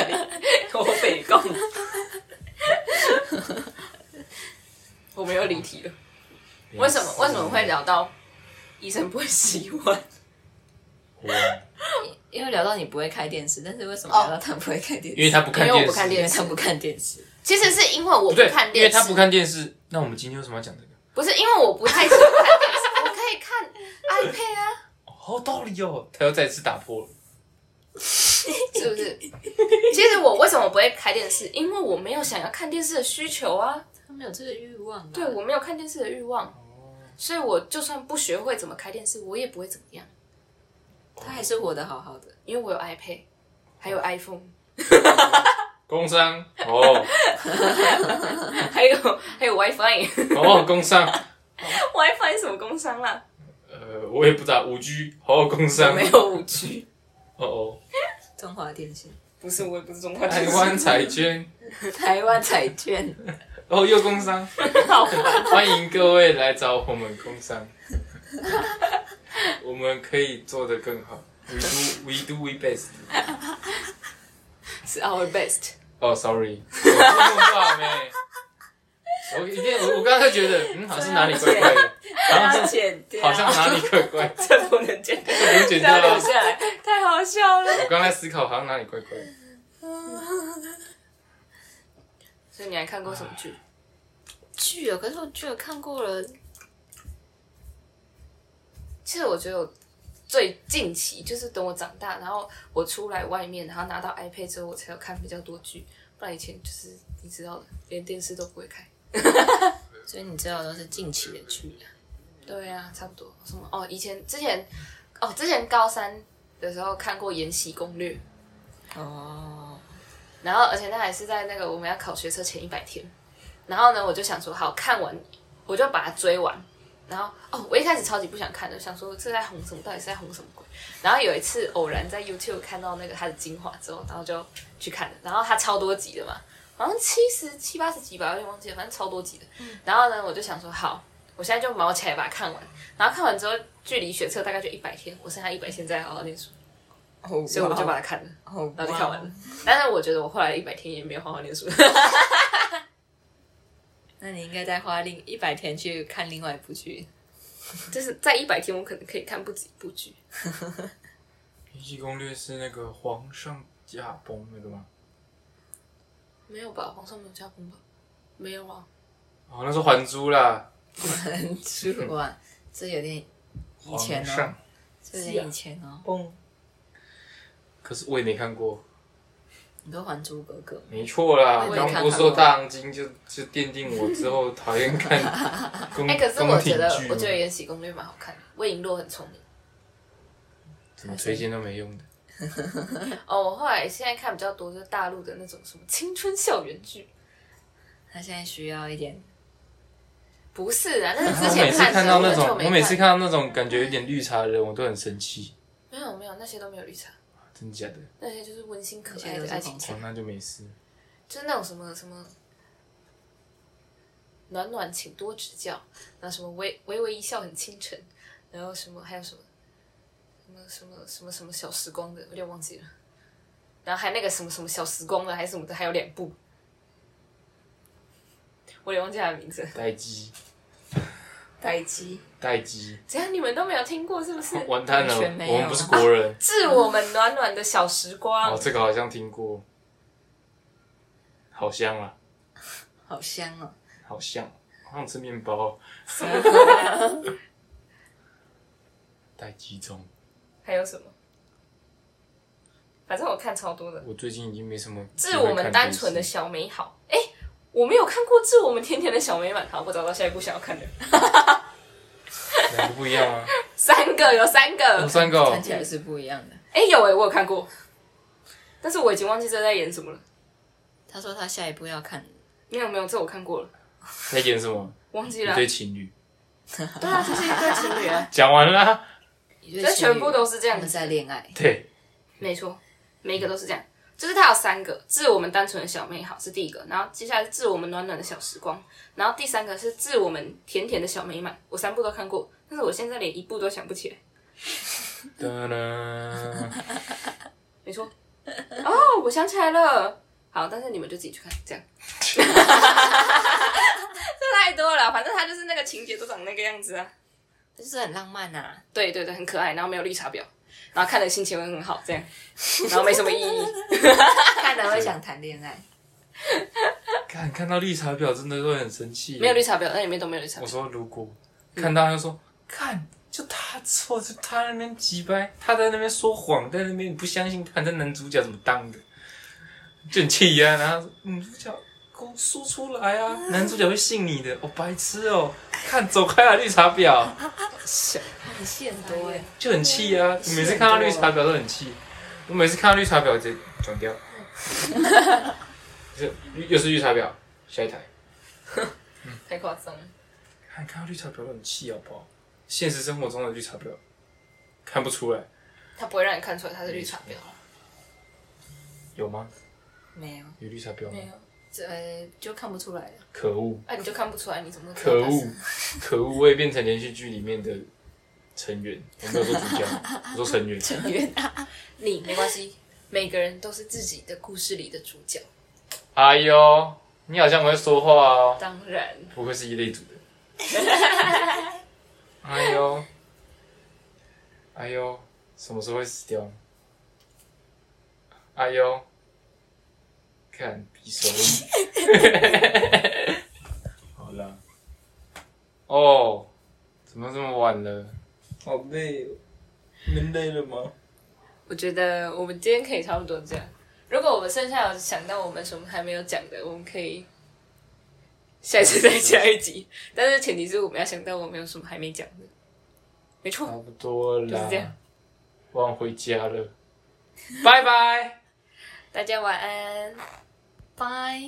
我北贡，我们又离题了。为什么为什么会聊到医生不会洗 碗？
我？
因为聊到你不会开电视，但是为什
哦
么聊到她不会开电视？
因为他不看
因为我
电
不看
视，
电
因为
视
她，不看电视，
其实是因为我
不
不
对
看，
因为
电视，
他不看电视。那我们今天为什么要讲这个？
不是因为我不太喜欢看电视，我可以看 iPad 啊，
好道理哦，他又再次打破了。
是不是？其实我为什么不会开电视？因为我没有想要看电视的需求啊，
她没有这个欲望、啊。
对我没有看电视的欲望，所以我就算不学会怎么开电视，我也不会怎么样，
她还是活得好好
嗯
的。
因为我有 iPad，还有 iPhone。
工商 哦
还有还有 WiFi，WiFi
哦工商，
什么工商啦？
呃，我也不知道五 G 哦工商
没有五 G，
哦哦，
中华电信、
不是我也不是中华
台
电信
湾彩券
台湾彩券，
哦又工 商，
好吧
欢迎各位来找我们工商，我们可以做得更好，we do we do we best。
是 our best。
哦，sorry，我弄不好没。我一定，我我刚才觉得，嗯，好像是哪里怪怪的，然后是
剪掉
好像哪里怪怪的，
啊这不能剪，
不能剪
不
掉
要留
啊。
下来。
太好笑了。
我刚才思考，好像哪里怪怪的。
所以你还看过什么剧？
剧啊，可是我剧有看过了，
其实我觉得我最近期就是等我长大，然后我出来外面，然后拿到 iPad 之后，我才有看比较多剧。不然以前就是你知道的，连电视都不会开。
所以你知道都是近期的剧啊。
对啊，差不多。什么？哦，以前之前哦，之前高三的时候看过《延禧攻略》，
哦，
然后而且那还是在那个我们要考学车前一百天。然后呢，我就想说，好看完我就把它追完。然后哦，我一开始超级不想看的，想说这在红什么，到底是在红什么鬼？然后有一次偶然在 YouTube 看到那个它的精华之后，然后就去看了。然后它超多集的嘛，好像七十七八十集吧，我有点忘记了，反正超多集的。然后呢，我就想说，好，我现在就毛起来把它看完。然后看完之后，距离学测大概就一百天，我剩下一百天再好好念书，所以我就把它看了。
哦，
然后就看完了。但是我觉得我后来一百天也没有好好念书。
那你应该再花另一百天去看另外一部剧。
就是在一百天，我可能可以看不止一部剧。
《延禧攻略》是那个皇上驾崩那个吗？
没有吧？皇上没有加工吧？没有啊。
哦，那是《还珠》啦。
很出 啊，这有点以
皇
前哦
上，，
这有点以前哦。
崩。可是我也没看过，
你都《还珠格格》
没错啦。
我也没
刚
看
不是说大长今就就奠定我之后讨厌 看宫
哎、可是
宫
我
廷
觉得，
剧
我觉得《
吗
延禧攻略》蛮好看的。魏璎珞很聪明。
怎么推荐都没用的。
哦，我后来现在看比较多就是大陆的那种什么青春校园剧，
他现在需要一点，
不是啊，那是之
我每
前
次
看
看
的，
到
我
那
很久
种，
没
我每次看到那种感觉有点绿茶的人，我都很生气。
没有没有那些都没有绿茶，
真假的？
那些就是温馨可爱
那些都
的
是
爱情
红
剧
哦，，那就没事。
就是那种什么什么。暖暖，请多指教。然后什么微微微一笑很倾城，然后什么还有什么什么什么什么什么小时光的，我有点忘记了。然后还有那个什么什么小时光的，还是什么的，还有两部，我有点忘记他的名字。
待机，
待机。
待机，
只要你们都没有听过，是不是？
完蛋了，
完全没有
我们不是国 人。
致我们暖暖的小时光
哦，，这个好像听过，好香啊，
好香哦！
好香，好想吃面 包。待机中，
还有什么？反正我看超多的。
我最近已经没什么。
致我们单纯的
机
小美好。哎、我没有看过致我们甜甜的小美满。好，我找到下一部想要看的，
会看电视，两个不一样吗？
三个有三
我
个。
三个哦
看，起来是不一样的。
哎、有哎、我有看过，但是我已经忘记这在演什么了。
他说他下一步要看，
没有没有，这我看过了，
在演什么？
忘记
一
了。
对情侣。
对啊，就是一 对情侣啊，
讲完啦，
这全部都是这
这
样
们
子。
在恋爱。
对，
没错，每一个都是这样。就是它有三个，致我们单纯的小美好是第一个，然后接下来是致我们暖暖的小时光，然后第三个是致我们甜甜的小美满。我三部都看过，但是我现在连一部都想不起来。
噔噔。
没错。哦，我想起来了。好，但是你们就自己去看，这样。 这太多了，反正它就是那个情节都长那个样子啊。
就是很浪漫呐、 啊，
对对对，很可爱，然后没有绿茶婊，然后看的心情会很好，这样，然后没什么意义。
看了会想谈恋爱。
看看到绿茶婊真的会很生气。
没有绿茶婊，那里面都没有绿茶
我
婊。
说如果看到他就说，看就他错，就他在那边急掰，他在那边说谎，在那边你不相信他，这男主角怎么当的？就很气呀、然后他说嗯女主角给我说出来啊，男主角会信你的，哦白痴哦，看走开啊绿茶婊，
很现多哎，
就很气啊！每 次看到绿茶婊都很气，我每次看到绿茶婊直接转掉。这又是绿茶婊，下一台。
太夸张了。
看看到绿茶婊都很气，好不好？现实生活中的绿茶婊看不出来，
他不会让你看出来他是绿茶婊。
嗯有吗？
没有，
有绿茶婊吗？
有，
这、呃就看不出来了。
可恶，
哎、你就看不出来，你怎么知道
可
他
恶
是？，
可恶！我也变成连续剧里面的成员，我没有说主角，我说 成员。
你没关系，每个人都是自己的故事里的主角。
哎呦，你好像很会说话哦，
当然，
不愧是一类组的。 哎呦，哎呦，什么时候会死掉？哎呦，看匕 首。好了，哦，怎么这么晚了？好累、哦，你们累了吗？
我觉得我们今天可以差不多这样。如果我们剩下有想到我们什么还没有讲的，我们可以下一次再加一集。但是前提是我们要想到我们有什么还没讲的。没错，
差不多
就
啦
是这样，
我要回家了，拜拜。
大家晚安，拜。